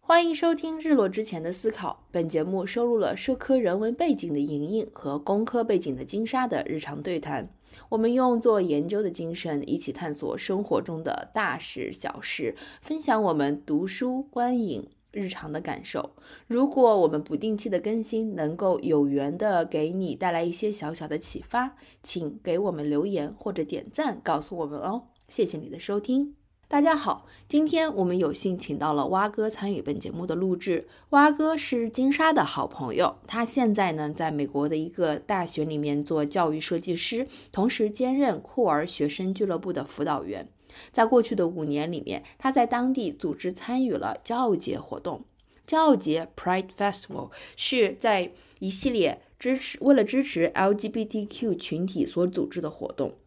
欢迎收听《日落之前的思考》。本节目收录了社科人文背景的莹莹和工科背景的金莎的日常对谈。我们用做研究的精神，一起探索生活中的大事小事，分享我们读书、观影日常的感受。如果我们不定期的更新，能够有缘的给你带来一些小小的启发，请给我们留言或者点赞，告诉我们哦。谢谢你的收听。大家好，今天我们有幸请到了蛙哥参与本节目的录制。蛙哥是金沙的好朋友，他现在呢在美国的一个大学里面做教育设计师，同时兼任酷儿学生俱乐部的辅导员。在过去的五年里面，他在当地组织参与了教育节活动。教育节 （Pride Festival） 是在一系列支持为了支持 LGBTQ 群体所组织的活动。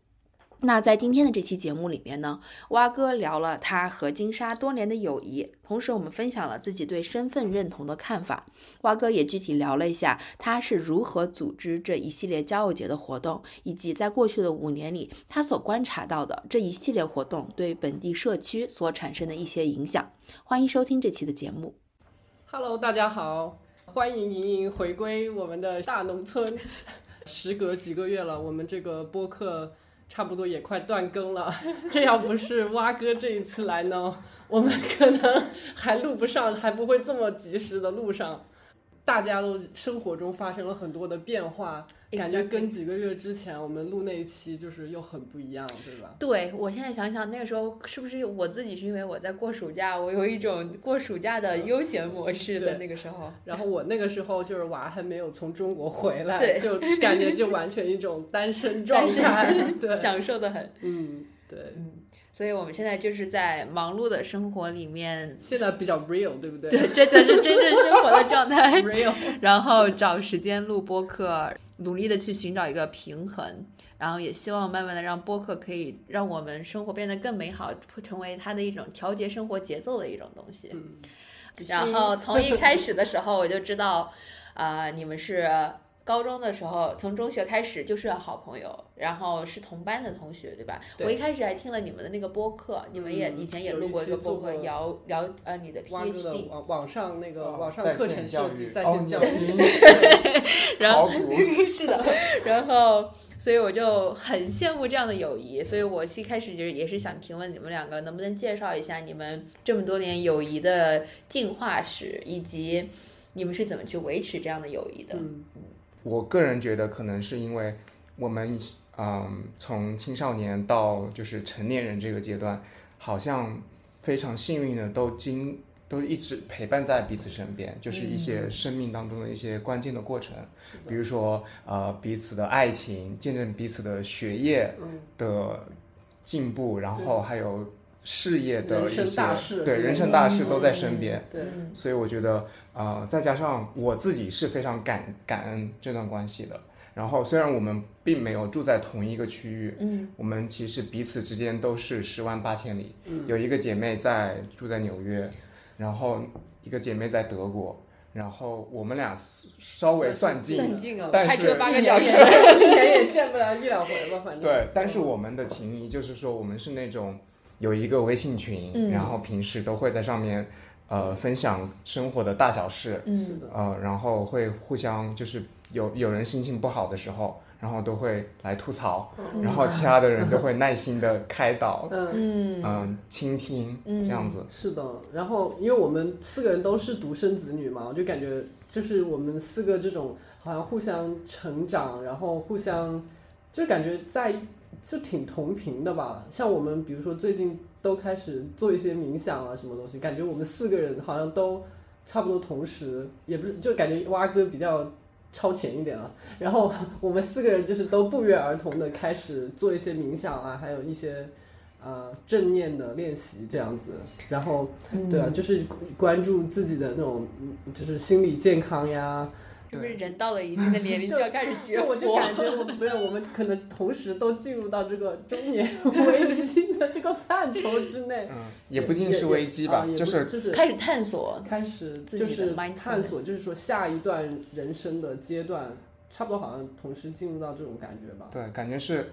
那在今天的这期节目里面呢，蛙哥聊了他和金莎多年的友谊，同时我们分享了自己对身份认同的看法。蛙哥也具体聊了一下他是如何组织这一系列交友节的活动，以及在过去的五年里他所观察到的这一系列活动对本地社区所产生的一些影响。欢迎收听这期的节目。 Hello，大家好，欢迎莹莹回归我们的大农村。 时隔几个月了，我们这个播客。差不多也快断更了， 这要不是蛙哥这一次来呢，我们可能还录不上，还不会这么及时的录上。大家都生活中发生了很多的变化，感觉跟几个月之前我们录那一期就是又很不一样，对吧？对，我现在想想那个时候是不是我自己是因为我在过暑假，我有一种过暑假嗯的悠闲模式的那个时候。然后我那个时候就是娃还没有从中国回来，对就感觉就完全一种单身状态，对，享受的很。嗯，对。所以我们现在就是在忙碌的生活里面，现在比较 real，对不对？对，这才是真正生活的状态。 real。然后找时间录播客，努力的去寻找一个平衡，然后也希望慢慢的让播客可以让我们生活变得更美好，成为它的一种调节生活节奏的一种东西。嗯然 后从一开始的时候我就知道，啊、你们是高中的时候，从中学开始就是好朋友，然后是同班的同学，对吧？对我一开始还听了你们的那个播客，你们也嗯以前也有录一过期个播做客，过聊聊呃你的蛙哥的 PhD，网网上那个哦网上在课线程教设计育在哦线你教有 育，听然 考古 是的，然后。所以我就很羡慕这样的友谊，所以我一开始就是也是想评问你们两个，能不能介绍一下你们这么多年友谊的进化史，以及你们是怎么去维持这样的友谊的？嗯我个人觉得可能是因为我们嗯，从青少年到就是成年人这个阶段，好像非常幸运的都经都一直陪伴在彼此身边，就是一嗯些生命当中的一些关键的过程，比如说呃彼此的爱情，见证彼此的学业嗯的进步，然后还有事业的人一生些大事对之类人生的大事都在嗯身边。对，嗯所以我觉得，呃，再加上我自己是非常感感恩这段关系的。然后虽然我们并没有住在同一个区域，嗯，我们其实彼此之间都是十万八千里。有一个姐妹在住在纽约，然后一个姐妹在德国，然后我们俩稍微算近近算了，近了，但开是车八个小时。 一年也见不了一两回吧，反正对，但是我们的情谊就是说，我们是那种有一个微信群，嗯然后平时都会在上面，呃，分享生活的大小事，是嗯，的，呃，然后会互相就是有有人心情不好的时候，然后都会来吐槽，嗯然后其他的人就会耐心的开导， 嗯。嗯、嗯倾听嗯这样子。是的，然后因为我们四个人都是独生子女嘛，我就感觉就是我们四个这种好像互相成长，然后互相就感觉在就挺同频的吧。像我们比如说最近都开始做一些冥想啊什么东西，感觉我们四个人好像都差不多同时，也不是就感觉蛙哥比较。超前一点啊，然后我们四个人就是都不约而同的开始做一些冥想啊，还有一些呃正念的练习这样子，然后嗯对啊，，就是关注自己的那种，嗯就是心理健康呀。是不是人到了一定的年龄就就要开始学就我就佛？感觉我 们不是我们可能同时都进入到这个中 年危机的这个范畴之内，嗯，也不一定是危机吧啊，也不就是就是开始探索，开始自就己的是 mindfulness 探索，就是说下一段人生的阶段，差不多好像同时进入到这种感觉吧。对，感觉是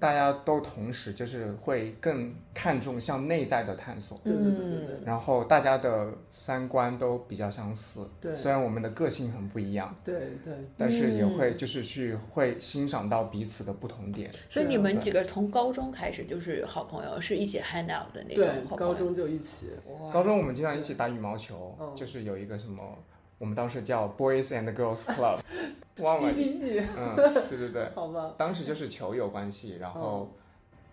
大家都同时就是会更看重向内在的探索，对对对嗯对对然后大家的三观都比较相似，对虽然我们的个性很不一样，对对，但是也会就是去会欣赏到彼此的不同点。所以对你啊们对几个从高中开始就是好朋友，是一起 hang out 的那种对，好朋友。高中就一起，哇高中我们经常一起打羽毛球，嗯就是有一个什么，我们当时叫 Boys and Girls Club，忘了 B，B 级，嗯，对对对，好吧。当时就是球有关系，然后，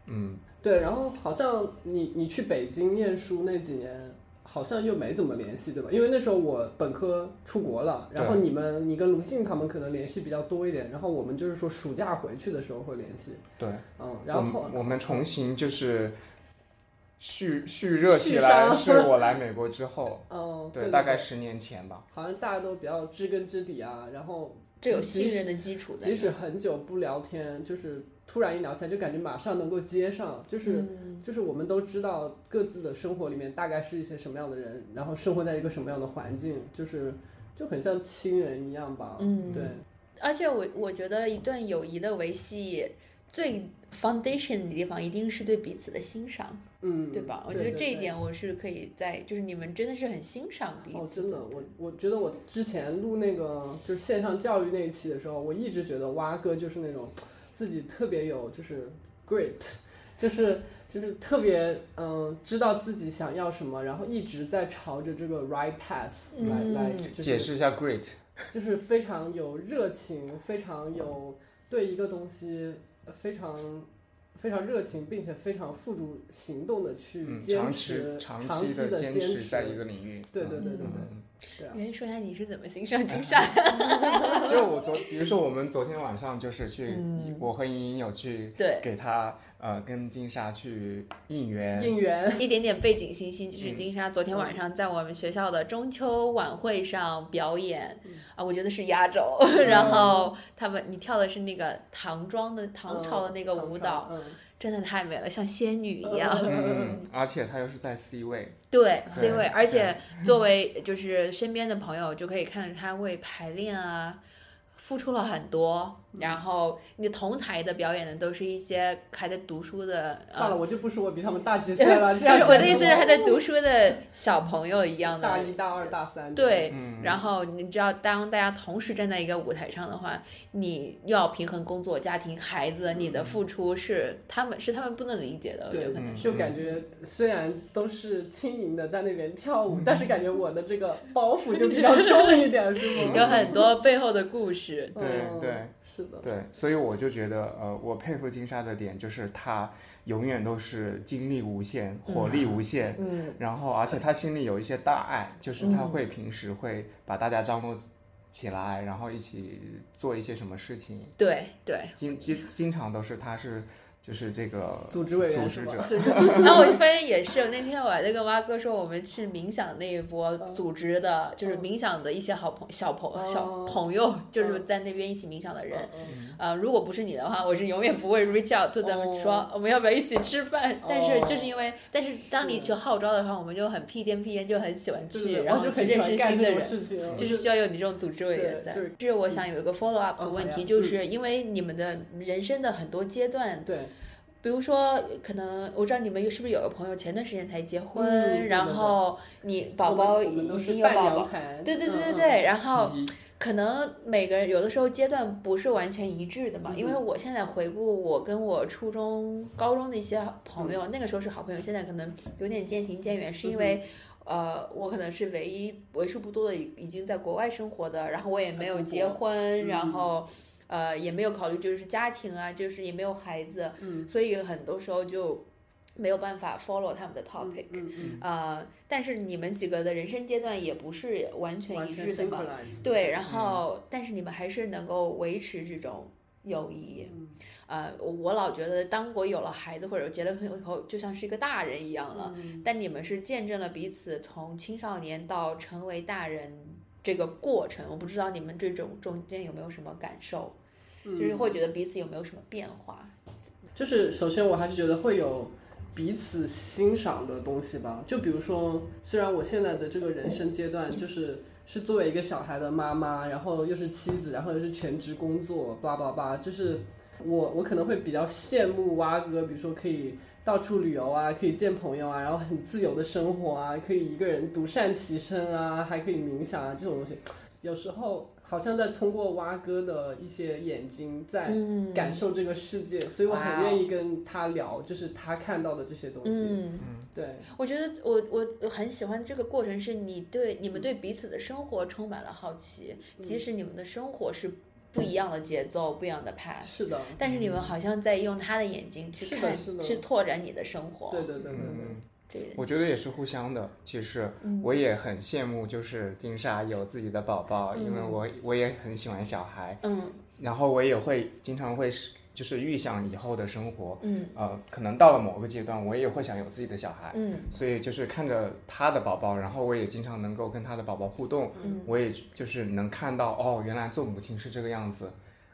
嗯，对，然后好像你你去北京念书那几年，好像又没怎么联系，对吧？因为那时候我本科出国了，然后对你们你跟卢静他们可能联系比较多一点，然后我们就是说暑假回去的时候会联系，对，嗯，我然们后我们重新就是蓄蓄热起续来，上是我来美国之 后，嗯，对，对大概十年前吧。好像大家都比较知根知底啊，然后这有即信使任的基础在即使那。很久不聊天，就是突然一聊起来，就感觉马上能够接上，就是。嗯就是我们都知道各自的生活里面大概是一些什么样的人，然后生活在一个什么样的环境，就是就很像亲人一样吧。嗯对，而且我我觉得一段友谊的维系最 foundation 的地方，一定是对彼此的欣赏，嗯，对吧？我对觉得这一。对点我是可以在，就是你们真的是很欣赏彼哦，此真的，我我觉得我之前录那个就是线上教育那一期的时候，我一直觉得蛙哥就是那种自己特别有就是 great，就是 就是特别嗯知道自己想要什么，然后一直在朝着这个 right path 来、来嗯就是解释一下 great，就是非常有热情，非常有对一个东西非常非常热情，并且非常付诸行动的去嗯，坚长持、期长长期的的坚持持在一个领域。对嗯对对对对嗯对啊你可以说一下你是怎么欣赏金山？ 嗯 就我昨，比如说我们昨天晚上就是去，嗯我和莹莹有去对，给她呃跟金莎去嗯应援，应援，一点点背景信息，就是嗯金莎昨天晚上在我们学校的中秋晚会上表演、嗯啊，我觉得是压轴。然后他们你跳的是那个唐装的 唐朝的那个舞蹈，嗯，真的太美了，像仙女一样。嗯嗯，而且她又是在 C 位， 对对 C 位，而且作为就是身边的朋友，就可以看着他为排练啊付出了很多。然后你同台的表演的都是一些还在读书的，呃算了，我就不说我比他们 大几岁了，这样就是我的意显思得是还在读书的小朋友一样的大一、大二、大三，对，嗯，然后你知道，当大家同时站在一个舞台上的话，你又要平衡工作、家庭、孩子，你的付出是他们是他们不能理解的，我觉得可能对，是。就感觉虽然都是轻盈的在那边跳嗯舞，但是感觉我的这个包袱就比较重一点，是 吗？有很多背后的故事，对嗯对，是的，对，所以我就觉得，呃，我佩服金莎的点就是她永远都是精力无限，火力无限，嗯，然后而且她心里有一些大爱，就是嗯她会平时会把大家张罗起来，然后一起做一些什么事情，对对。 经经经常都是她是就是这个组织委员组是织吧 者，就是，然后我就发现也是，那天我还在跟蛙哥说，我们去冥想那一波嗯组织的，就是嗯冥想的一些好朋小朋小哦朋友，就是嗯在那边一起冥想的人，嗯呃，如果不是你的话，我是永远不会 reach out to 他们说、哦我们要不要一起吃饭。但是哦就是因为，但是当你是去号召的话，我们就很屁颠屁颠，就很喜欢就去，是然我后就去很认喜识欢干新这的种人。事情，嗯就是需要有你这种组织委员对在就是，这我想有一个 follow up 的嗯问好题，呀就是因为你们的人生的很多阶段，对，比如说可能我知道你们是不是有个朋友前段时间才结婚，嗯对的然对的后你宝我们宝我们都已是经有伴宝娘宝，团，对对对对嗯，对，然后一可能每个人有的时候阶段不是完全一致的嘛，嗯因为我现在回顾我跟我初中、高中的一些朋嗯友，那个时候是好朋友，现在可能有点渐行渐远，是因为，嗯呃，我可能是唯一为数不多的已经在国外生活的，然后我也没有结婚，嗯然后，呃，也没有考虑就是家庭啊，就是也没有孩子，嗯所以很多时候就没有办法 follow 他们的 topic，嗯嗯呃，但是你们几个的人生阶段也不是完嗯，全完一全致的嘛。 synchronize，对，然后、但是你们还是能够维持这种友谊。嗯呃，我我老觉得当我有了孩子或者结了婚以后，就像是一个大人一样了。嗯但你们是见证了彼此从青少年到成为大人这个过程。我不知道你们这种中间有没有什么感受，嗯就是会觉得彼此有没有什么变化？就是首先我还是觉得会有彼此欣赏的东西吧。就比如说，虽然我现在的这个人生阶段就是。是作为一个小孩的妈妈，然后又是妻子，然后又是全职工作，叭叭叭，就是我我可能会比较羡慕蛙哥，比如说可以到处旅游啊，可以见朋友啊，然后很自由的生活啊，可以一个人独善其身啊，还可以冥想啊这种东西。有时候好像在通过蛙哥的一些眼睛在嗯感受这个世界，所以我哇哦很愿意跟他聊，就是他看到的这些东西。嗯，对，我觉得我我我很喜欢这个过程，是你对你们对彼此的生活充满了好奇，嗯即使你们的生活是不一样的节奏、不一样的 path，嗯是的，但是你们好像在用他的眼睛去是的看，是的去拓展你的生活。对对对对对。嗯，这一点我觉得也是互相的。其实嗯我也很羡慕，就是金莎有自己的宝宝，因为我我也很喜欢小孩，嗯然后我也会经常会是就是预想以后的生活，嗯呃，可能到了某个阶段，我也会想有自己的小哎孩。嗯所以就是看着他的宝宝，然后我也经常能够跟他的宝宝互动，嗯 我也就是能看到哦，原来做母亲是这个样子，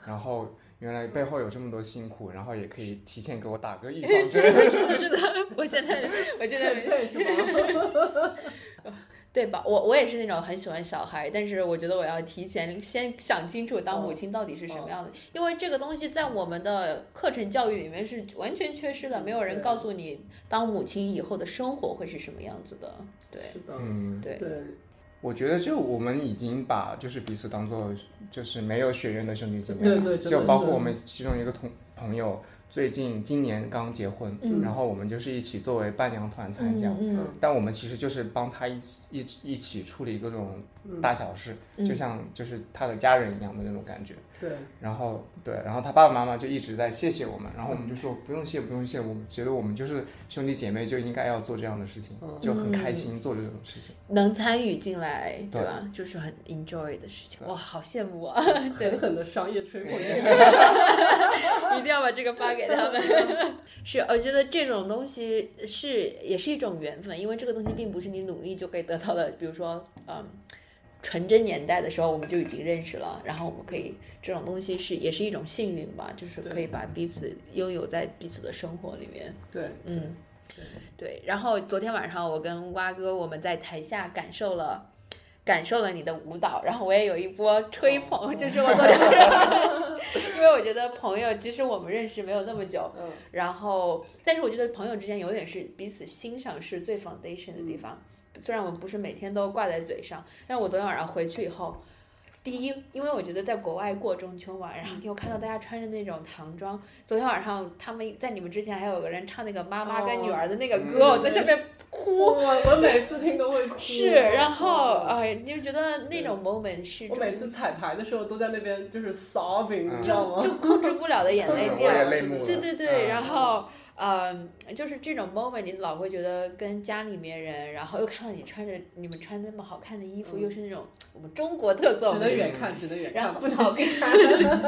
然后原来背后有这么多辛苦，然后也可以提前给我打个预防针。 是的，是的，我现在我现在劝退是吗？ 对吧？我我也是那种很喜欢小孩，但是我觉得我要提前先想清楚当嗯母亲到底是什么样的，因为这个东西在我们的课程教育里面是完全缺失的，没有人对告诉你当母亲以后的生活会是什么样子的。 对是的，嗯，对，对，我觉得就我们已经把就是彼此当做就是没有血缘的兄弟姐妹对了，对真的就包括是我们其中一个同朋友，最近今年刚结婚，嗯然后我们就是一起作为伴娘团参加，嗯但我们其实就是帮他一起一起一起处理各种大小事，嗯就像就是他的家人一样的那种感觉。对，然后对，然后他爸爸妈妈就一直在谢谢我们，然后我们就说不用谢不用谢，我们觉得我们就是兄弟姐妹就应该要做这样的事情，嗯就很开心做这种事情。能参与进来，对对吧？就是很 enjoy 的事情，对哇，好羡慕啊！ 对狠，狠的商业吹捧一下。一定要把这个发给他们。 是，我觉得这种东西是也是一种缘分，因为这个东西并不是你努力就可以得到的。比如说，嗯，纯真年代的时候我们就已经认识了，然后我们可以这种东西是也是一种幸运吧，就是可以把彼此拥有在彼此的生活里 面。 对，嗯，对。然后昨天晚上我跟蛙哥我们在台下感受了。感受了你的舞蹈，然后我也有一波吹捧，就是我昨天晚上 因为我觉得朋友，即使我们认识没有那么久，嗯，然后但是我觉得朋友之间永远是彼此欣赏是最 foundation 的地嗯方。虽然我们不是每天都挂在嘴上，但是我昨天晚上回去以后，第一，因为我觉得在国外过中秋嘛，然后又看到大家穿着那种唐装。昨天晚上他们在你们之前还有个人唱那个妈妈跟女儿的那个歌，哦我在下面哭。我我每次听都会哭。是，然后嗯哎，你就觉得那种 moment 是我种每次彩排的时候都在那边就是 sobbing，嗯你知道就吗？就控制不了的眼嗯泪 嗯掉。我也泪目了。对对对，嗯然后嗯，就是这种 moment，你老会觉得跟家里面人，然后又看到你穿着你们穿那么好看的衣服，嗯又是那种我们中国特色，我只们能嗯远看，只能远然看，后不能好近 看。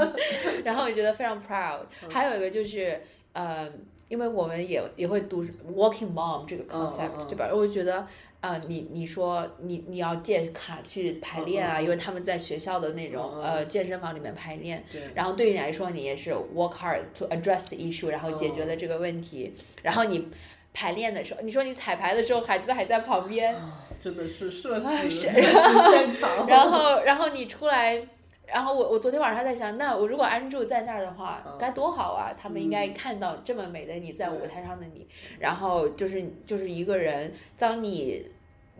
然后我觉得非常 proud。嗯还有一个就是，呃，因为我们也也会读 working mom 这个嗯 concept，、嗯对吧？我觉得，呃，你你说你你要借卡去排练啊，嗯嗯嗯因为他们在学校的那种、嗯嗯呃健身房里面排练。对，然后对于你来说，你也是 work hard to address the issue，然后解决了这个问题。然后你排练的时候，你说你彩排的时候，孩子还在旁边，真的是社死啊社是死现 场。然后，然后你出来，然后我我昨天晚上还在想，那我如果安住在那儿的话，嗯该多好啊！他们应该嗯看到这么美的你在舞对台上的你，然后就是就是一个人，当你。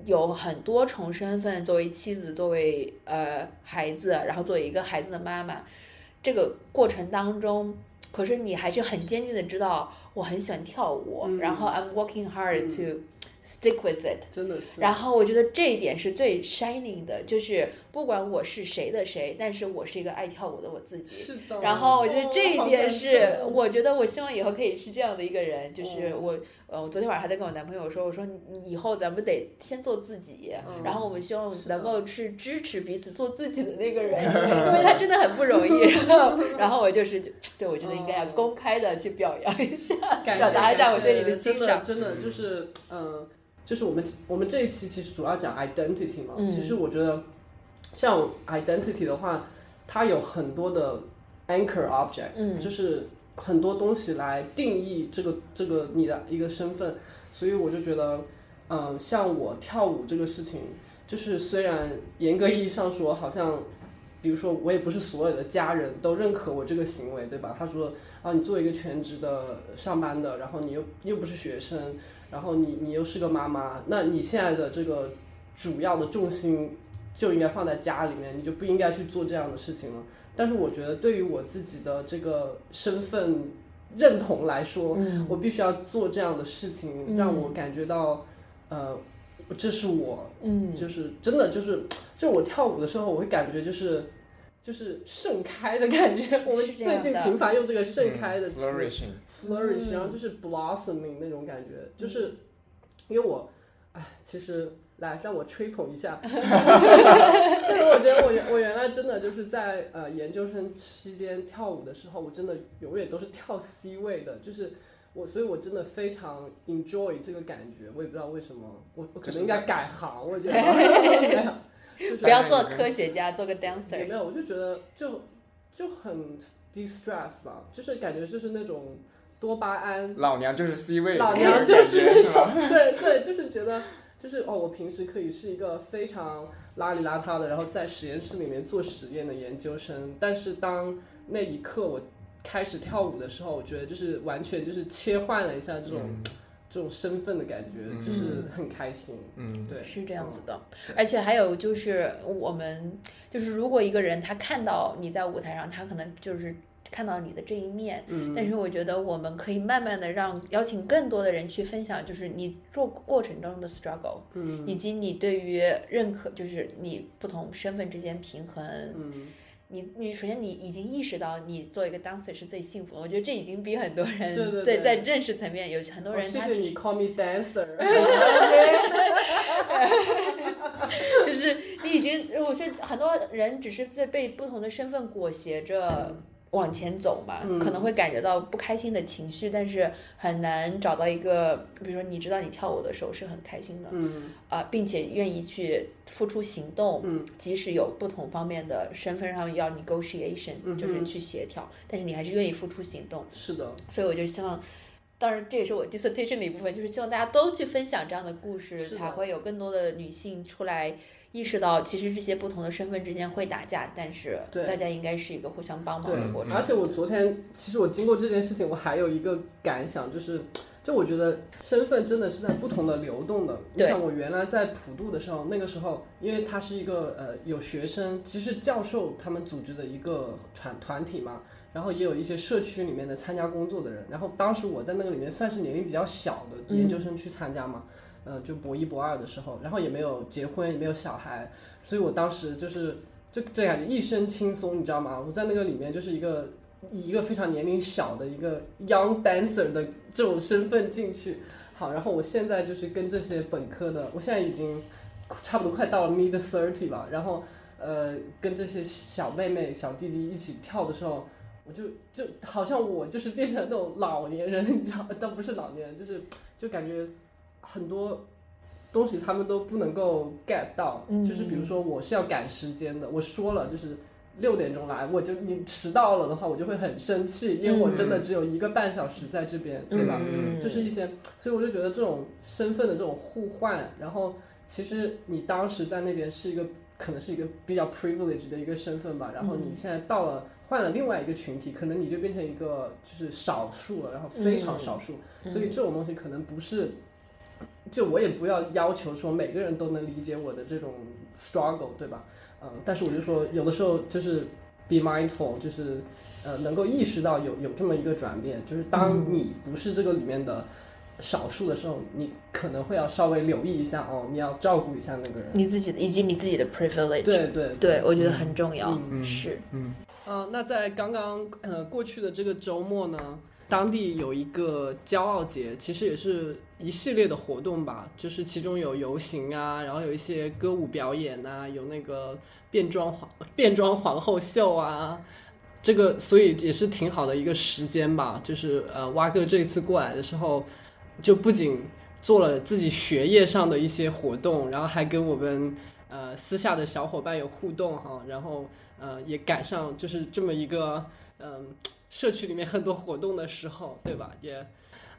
有很多重身份，作为妻子，作为呃孩子，然后作为一个孩子的妈妈，这个过程当中，可是你还是很坚定的知道，我很喜欢跳舞，嗯然后 I'm working hard 嗯 to stick with it，真的是，然后我觉得这一点是最 shining 的，就是不管我是谁的谁，但是我是一个爱跳舞的我自己。是的。然后我觉得这一哦哦点是，好感动我觉得我希望以后可以是这样的一个人，就是我，呃，我昨天晚上还在跟我男朋友说，我说你你以后咱们得先做自己，嗯然后我们希望是的能够是支持彼此做自己的那个 人，因为他真的很不容易。然后，然后我就是，对我觉得应该要哦公开的去表扬一下，感谢表达一下感谢我对你的欣赏真的真的就是，嗯，就是我们我们这一期其实主要讲 identity 嘛，嗯其实我觉得像 identity 的话，它有很多的 anchor object，、嗯就是很多东西来定义这个这个你的一个身份，所以我就觉得，嗯，像我跳舞这个事情，就是虽然严格意义上说好像比如说我也不是所有的家人都认可我这个行为，对吧？他说啊，你作为一个全职的上班的，然后你又又不是学生，然后你你又是个妈妈，那你现在的这个主要的重心就应该放在家里面，你就不应该去做这样的事情了。但是我觉得对于我自己的这个身份认同来说，嗯我必须要做这样的事情，嗯让我感觉到，呃，这是我，嗯就是真的就是，就我跳舞的时候，我会感觉就是就是盛开的感觉。我们是这样最的近频繁用这个盛开的嗯词 flourishing， flourish，嗯然后就是 blossoming 那种感觉，就是因为我，哎，其实来让我吹捧一下，就是就是我觉得我原我原来真的就是在呃研究生期间跳舞的时候，我真的永远都是跳 C 位的，就是。我所以，我真的非常 enjoy 这个感觉，我也不知道为什么，我我可能应该改行，我觉得没有，就是不要做科学家，做个也 dancer。没有，我就觉得就就很 distress 吧，就是感觉就是那种多巴胺，老娘就是 C 位，老娘就是那那种感觉种，对对，就是觉得就是哦，我平时可以是一个非常邋里邋遢的，然后在实验室里面做实验的研究生，但是当那一刻我开始跳舞的时候，我觉得就是完全就是切换了一下这种、嗯这种身份的感觉，嗯就是很开心， 嗯，对，是这样子的，对而且还有就是我们就是如果一个人他看到你在舞台上，他可能就是看到你的这一面，嗯，但是我觉得我们可以慢慢的让邀请更多的人去分享，就是你做过程中的 struggle，嗯以及你对于认可，就是你不同身份之间平衡。嗯你你首先你已经意识到你做一个 dancer 是最幸福的，我觉得这已经比很多人对对对在认识层面有很多哦人谢他谢你 call me dancer。 就是你已经，我觉得很多人只是在被不同的身份裹挟着往前走嘛，嗯可能会感觉到不开心的情绪，但是很难找到一个，比如说你知道你跳舞的时候是很开心的啊、嗯并且愿意去付出行动，嗯即使有不同方面的身份上要 negotiation，、嗯哼就是去协调，但是你还是愿意付出行动，，是的，所以我就希望。当然，这也是我 dissertation 的一部分，就是希望大家都去分享这样的故事，是的才会有更多的女性出来意识到，其实这些不同的身份之间会打架，但是对大家应该是一个互相帮忙对嗯的过程。而且我昨天，其实我经过这件事情，我还有一个感想，就是，就我觉得身份真的是在不同的流动的。你对像我原来在普渡的时候，那个时候，因为它是一个呃有学生，其实教授他们组织的一个团团体嘛，然后也有一些社区里面的参加工作的人，然后当时我在那个里面算是年龄比较小的嗯研究生去参加嘛。呃，就博一博二的时候，然后也没有结婚，也没有小孩，所以我当时就是就这感觉一身轻松，你知道吗？我在那个里面就是一个以一个非常年龄小的一个 young dancer 的这种身份进去。好，然后我现在就是跟这些本科的，我现在已经差不多快到了 mid thirty 了，然后呃，跟这些小妹妹、小弟弟一起跳的时候。我就就好像我就是变成那种老年人，你知道，但不是老年人，就是就感觉很多东西他们都不能够 get 到，嗯就是比如说我是要赶时间的，我说了就是六点钟来，我就你迟到了的话，我就会很生气，因为我真的只有一个半小时在这边，对吧？嗯，就是一些，所以我就觉得这种身份的这种互换，然后其实你当时在那边是一个可能是一个比较 privilege 的一个身份吧，然后你嗯现在到了换了另外一个群体，可能你就变成一个就是少数了，然后非常少数，嗯所以这种东西可能不是，就我也不要要求说每个人都能理解我的这种 struggle，对吧？嗯，但是我就说有的时候就是 be mindful，就是呃能够意识到有有这么一个转变，就是嗯当你不是这个里面的少数的时候，你可能会要稍微留意一下哦，你要照顾一下那个人。你自己的以及你自己的 privilege，对对嗯对我觉得很重要，嗯嗯是嗯呃，那在刚刚呃过去的这个周末呢，当地有一个骄傲节，其实也是一系列的活动吧，就是其中有游行啊，然后有一些歌舞表演啊，有那个变装皇 变装皇后秀啊。这个，所以也是挺好的一个时间吧。就是呃，蛙哥这次过来的时候，就不仅做了自己学业上的一些活动，然后还跟我们呃私下的小伙伴有互动哈，然后呃也赶上就是这么一个嗯、社区里面很多活动的时候，对吧？也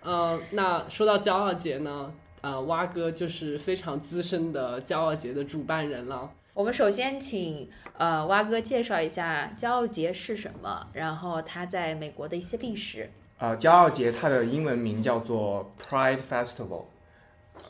呃，那说到骄傲节呢，呃，蛙哥就是非常资深的骄傲节的主办人了。我们首先请呃蛙哥介绍一下骄傲节是什么，然后它在美国的一些历史。呃，骄傲节它的英文名叫做 Pride Festival，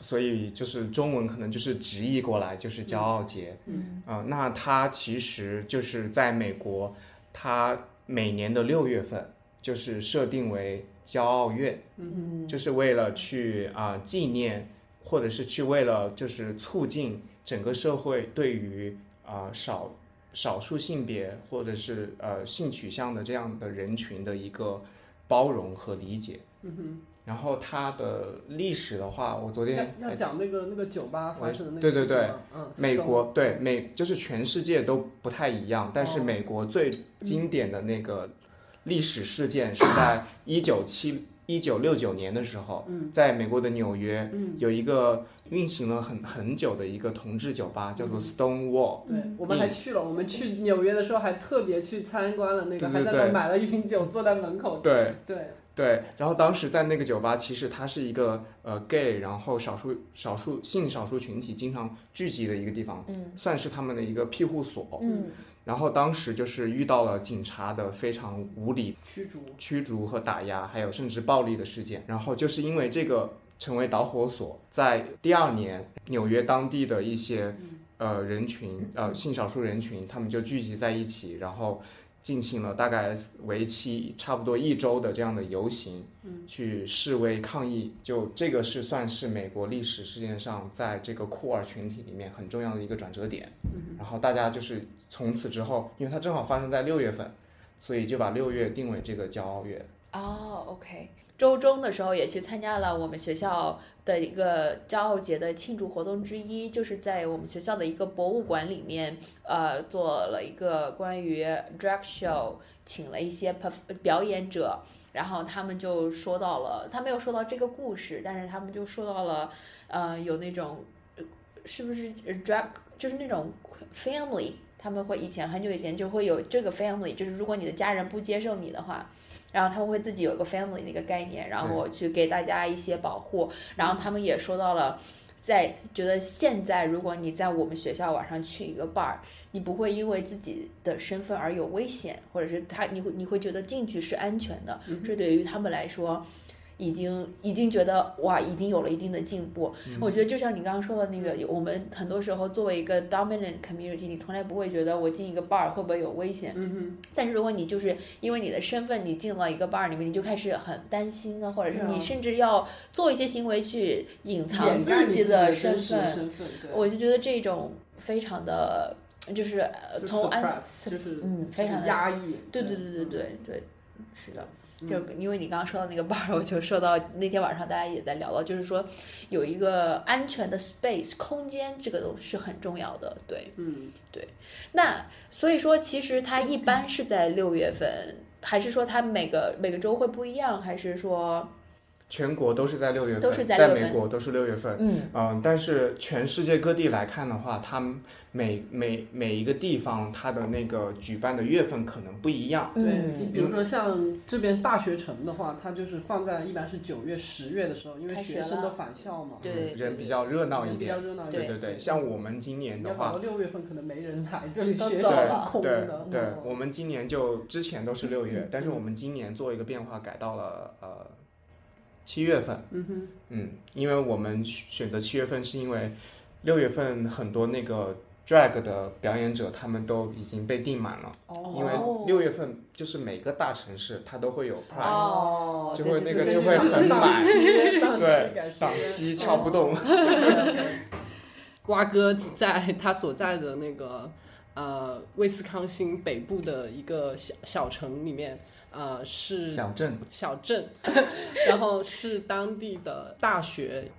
所以就是中文可能就是直译过来就是骄傲节。嗯，呃，那它其实就是在美国，它每年的六月份就是设定为骄傲月，嗯就是为了去啊、纪念，或者是去为了就是促进整个社会对于啊、少少数性别或者是呃性取向的这样的人群的一个包容和理解。嗯哼，然后它的历史的话，我昨天哎要要讲那个那个酒吧发生的那个对对事情对吗，嗯，美 Stone 国对美就是全世界都不太一样，但是哦美国最经典的那个历史事件是在一九七一九六九年的时候，在美国的纽约、有一个运行了很很久的一个同志酒吧，叫做 Stone Wall。对，嗯我嗯们还去了，我们去纽约的时候还特别去参观了那个，对对还在那对买了一瓶酒，坐在门口。对，对，对，然后当时在那个酒吧，其实它是一个呃 gay，然后少数少数性少数群体经常聚集的一个地方，嗯，算是他们的一个庇护所。嗯然后当时就是遇到了警察的非常无理驱逐。驱逐和打压，还有甚至暴力的事件。然后就是因为这个成为导火索，在第二年，纽约当地的一些呃人群，呃性少数人群，他们就聚集在一起，然后进行了大概为期差不多一周的这样的游行，去示威抗议。就这个是算是美国历史事件上在这个酷儿群体里面很重要的一个转折点。然后大家就是从此之后，因为它正好发生在六月份。所以就把六月定为这个骄傲月。哦，OK。周中的时候也去参加了我们学校的一个骄傲节的庆祝活动之一，就是在我们学校的一个博物馆里面，呃，做了一个关于 drag show，请了一些 perf- 呃表演者，然后他们就说到了，他没有说到这个故事，但是他们就说到了，呃，有那种呃是不是呃 drag 就是那种 family，他们会以前很久以前就会有这个 family，就是如果你的家人不接受你的话。然后他们会自己有一个 family 的一个概念，然后对我去给大家一些保护。然后他们也说到了，在觉得现在如果你在我们学校晚上去一个 bar，你不会因为自己的身份而有危险，或者是他你会你会觉得进去是安全的，这对于他们来说。已经已经觉得哇，已经有了一定的进步。嗯我觉得就像你刚刚说的那个，我们很多时候作为一个 dominant community，你从来不会觉得我进一个 bar 会不会有危险。嗯但是如果你就是因为你的身份，你进了一个 bar 里面，你就开始很担心啊，或者是对啊你甚至要做一些行为去隐哼，藏掩盖你己己的的真身实的份，身份，对，我就觉得这种非常的，就是呃就从安， suppress，就是嗯，非常的压抑。嗯对对对对对对对，是的，嗯就因为你刚刚说到那个 bar，我就说到那天晚上大家也在聊到，就是说有一个安全的 space 空间，这个东西是很重要的。对，嗯，那所以说其实它一般是在六月份，还是说它每个每个州会不一样，还是说全国都是在六月份，都是在在6月份美国都是六月份。嗯嗯，但是全世界各地来看的话，它们每每每一个地方它的那个举办的月份可能不一样。对你嗯比如说像这边大学城的话，它就是放在一般是九月、十月的时候，因为开学学生了都返校嘛，对嗯对人对比较热闹人一比较点。热闹一对点。对对对，像我们今年你的要搞话到，六月份可能没人来，这里都学走校了是空对的。对嗯，我们今年就之前都是 六月，但是我们今年做一个变化，改到了呃七月份。嗯哼，嗯，因为我们选择七月份是因为六月份很多那个 drag 的表演者他们都已经被订满了，哦因为哦六月份就是每个大城市它都会有 pride，、哦，就对会对那个对就对会对很满， 对档期撬不动。 瓜哥在他所在的那个呃威斯康星北部的一个小小城里面，呃是小镇小镇， 然后是当地的大学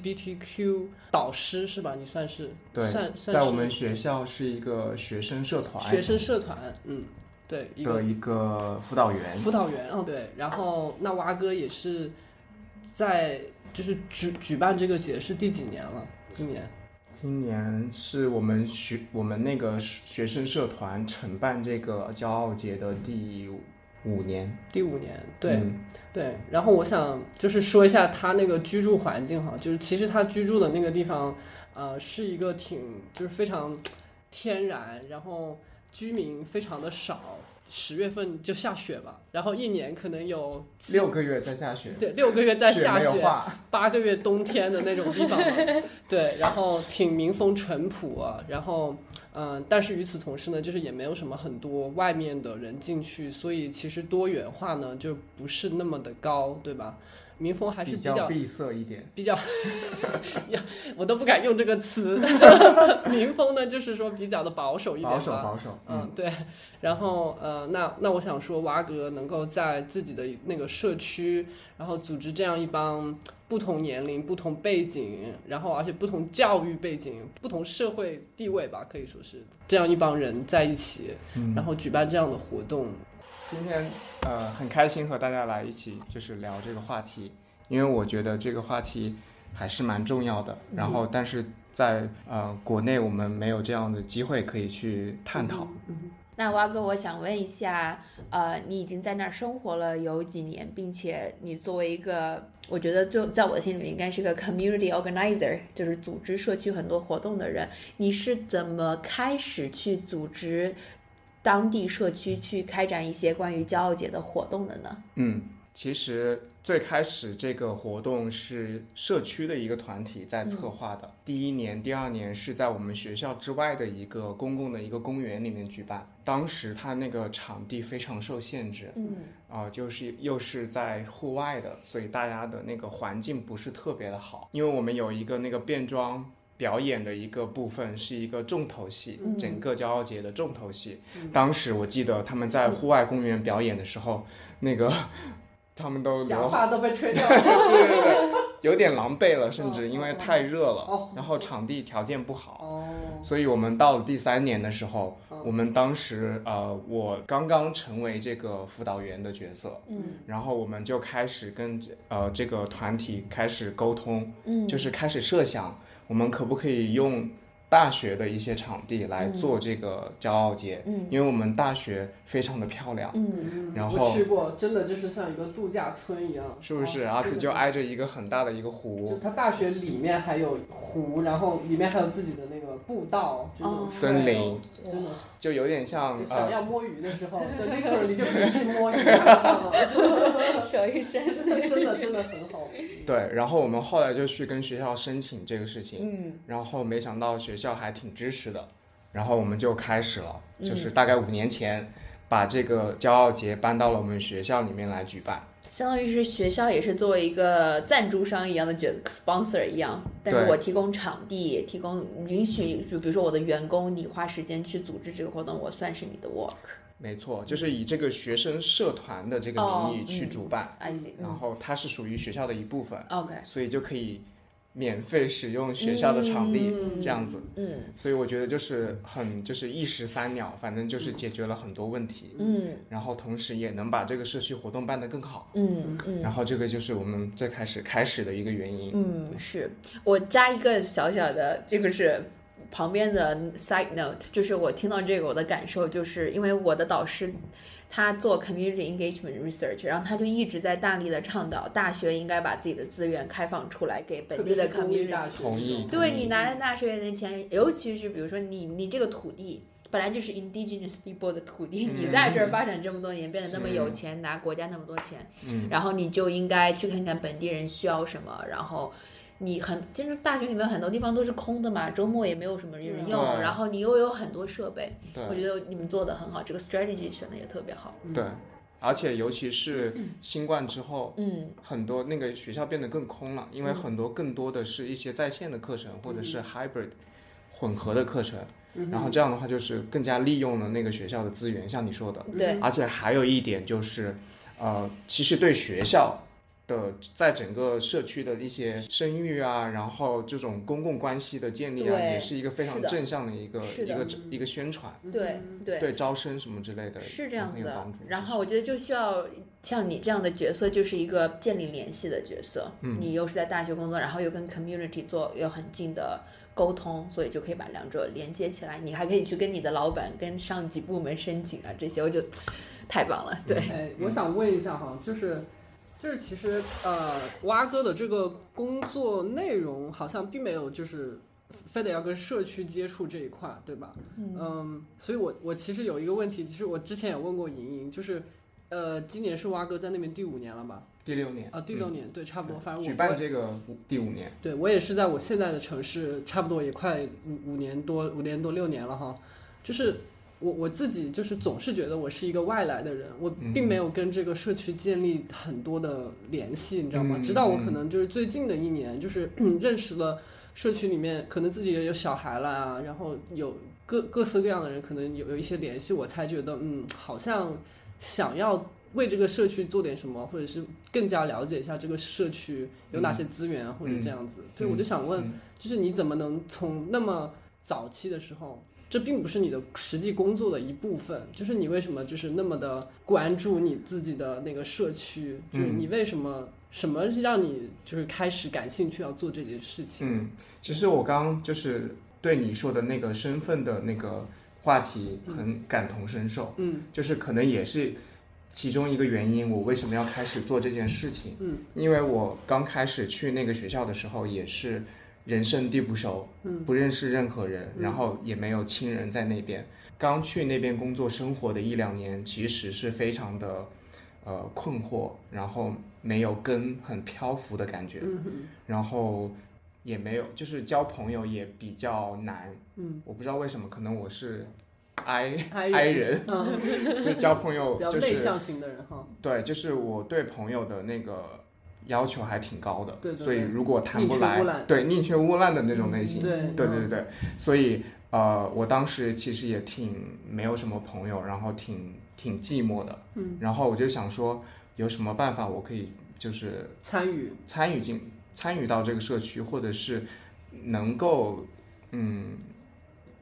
LGBTQ 导师是吧？你算是对算算在是我们学校是一个学生社团学生社团，嗯，对，一个的一个辅导员，辅导员啊，对。然后那蛙哥也是在就是举举办这个节是第几年了？今年今年是我们学我们那个学生社团承办这个骄傲节的第五年，第五年，对、嗯对。然后我想就是说一下他那个居住环境哈，就是其实他居住的那个地方，呃，是一个挺就是非常天然，然后居民非常的少。十月份就下雪吧，然后一年可能有几六个月在下雪，对六个月在下没有雪，化，八个月冬天的那种地方嘛， 对，然后挺民风淳朴啊，然后嗯、但是与此同时呢，就是也没有什么很多外面的人进去，所以其实多元化呢就不是那么的高，对吧？民风还是比较较闭塞一点。比较，我都不敢用这个词， 民风呢就是说比较的保守一点吧，保守保守，嗯，嗯，对。然后呃，那那我想说，瓦格能够在自己的那个社区，然后组织这样一帮不同年龄、不同背景，然后而且不同教育背景、不同社会地位吧，可以说是这样一帮人在一起，然后举办这样的活动。今天呃很开心和大家来一起就是聊这个话题，因为我觉得这个话题还是蛮重要的。然嗯后但是在呃国内我们没有这样的机会可以去探讨。那蛙哥，我想问一下，呃，你已经在那儿生活了有几年，并且你作为一个，我觉得就在我心里面应该是个 community organizer，就是组织社区很多活动的人，你是怎么开始去组织当地社区去开展一些关于骄傲节的活动的呢？嗯，其实最开始这个活动是社区的一个团体在策划的。第一年、第二年是在我们学校之外的一个公共的一个公园里面举办。当时它那个场地非常受限制，嗯，啊、就是又是在户外的，所以大家的那个环境不是特别的好。因为我们有一个那个变装表演的一个部分是一个重头戏，嗯整个骄傲节的重头戏。当时我记得他们在户外公园表演的时候，那个他们都假流发都被吹掉 了。有点狼狈了，甚至哦因为哦太热了哦，然后场地条件不好，哦，所以我们到了第三年的时候嗯，我们当时呃，我刚刚成为这个辅导员的角色，嗯然后我们就开始跟这呃这个团体开始沟通，嗯就是开始设想我们可不可以用大学的一些场地来做这个骄傲节，嗯因为我们大学非常的漂亮，嗯然我后去过，真的就是像一个度假村一样，是不是？哦而且真的就挨着一个很大的一个湖就，它大学里面还有湖，然后里面还有自己的那个步道，就是森林，真的就有点像嗯就想呃要摸鱼的 时候，在那个里就可以去摸鱼，手一伸，真的真的很好。对，然后我们后来就去跟学校申请这个事情，嗯然后没想到学校还挺支持的，然后我们就开始了，嗯就是大概五年前把这个骄傲节搬到了我们学校里面来举办。相当于是学校也是作为一个赞助商一样的角 sponsor 一样，但是对我提供场地，提供允许，就比如说我的员工，你花时间去组织这个活动，我算是你的 work。没错，就是以这个学生社团的这个哦名义去嗯主办， I see，然嗯后它是属于学校的一部分， ，OK，所以就可以免费使用学校的场地、嗯这样子。嗯所以我觉得就是很就是一石三鸟，反正就是解决了很多问题，嗯然后同时也能把这个社区活动办得更好。嗯嗯然后这个就是我们最开始开始的一个原因。嗯，是我加一个小小的，这个是旁边的 side note，就是我听到这个我的感受就是因为我的导师。他做 community engagement research，然后他就一直在大力的倡导大学应该把自己的资源开放出来给本地的特别是公 community 立大学同意对你拿着纳税人的钱，尤其是比如说你你这个土地本来就是 indigenous people 的土地，你在这儿发展这么多年，变得那么有钱，拿国家那么多钱，嗯然后你就应该去看看本地人需要什么，然后。你很，就是大学里面很多地方都是空的嘛，周末也没有什么人对用，啊然后你又有很多设备，我对觉得你们做的很好，这个 strategy 选的也特别好。嗯对，而且尤其是新冠之后，嗯很多那个学校变得更空了，因为很多更多的是一些在线的课程或嗯者是 hybrid 混合的课程，嗯然后这样的话就是更加利用了那个学校的资源，像你说的，对，而且还有一点就是，呃，其实对学校的在整个社区的一些声誉啊，然后这种公共关系的建立啊，对也是一个非常是的正向的一个是一的个一个宣传，嗯对对，对招生什么之类的，是这样很子有的帮助。然其后实我觉得就需要像你这样的角色，就是一个建立联系的角色。嗯，你又是在大学工作，然后又跟 community 做有很近的沟通，所以就可以把两者连接起来。你还可以去跟你的老板、跟上级部门申请啊，这些我就太棒了，对，哎，嗯我想问一下哈，就是就是其实呃，蛙哥的这个工作内容好像并没有就是非得要跟社区接触这一块，对吧？嗯，所以我我其实有一个问题，其实我之前也问过莹莹，就是呃，今年是蛙哥在那边第五年了吧？第六年嗯啊，第六年，对，差不多，反正我举办这个第五年，对我也是在我现在的城市，差不多也快五五年多五年多六年了哈。就是我我自己就是总是觉得我是一个外来的人，我嗯并没有跟这个社区建立很多的联系，你知道吗？嗯直到我嗯可能就是最近的一年，就是 认识了社区里面可能自己也有小孩了啊，然后有各各色各样的人，可能有有一些联系，我才觉得嗯，好像想要。为这个社区做点什么，或者是更加了解一下这个社区有哪些资源啊，或者这样子。对，我就想问，嗯就是你怎么能从那么早期的时候，这并不是你的实际工作的一部分，就是你为什么就是那么的关注你自己的那个社区？就是嗯你为什么、什么让你就是开始感兴趣要做这件事情？嗯，其实我刚刚就是对你说的那个身份的那个话题很感同身受，嗯，就是可能也是其中一个原因，我为什么要开始做这件事情，嗯，因为我刚开始去那个学校的时候也是人生地不熟，嗯，不认识任何人，然后也没有亲人在那边，刚去那边工作生活的一两年，其实是非常的。呃，困惑，然后没有根，很漂浮的感觉，嗯、然后也没有，就是交朋友也比较难。嗯，我不知道为什么，可能我是 I I 人人， 嗯，所以交朋友比较就内是向型的人哈，对，就是我对朋友的那个要求还挺高的，对对对所以如果谈宁不缺来，毋滥嗯对宁缺毋滥的那种类型，对对对对，所以呃，我当时其实也挺没有什么朋友，然后挺挺寂寞的，嗯，然后我就想说有什么办法我可以就是参与参与进参与到这个社区，或者是能够嗯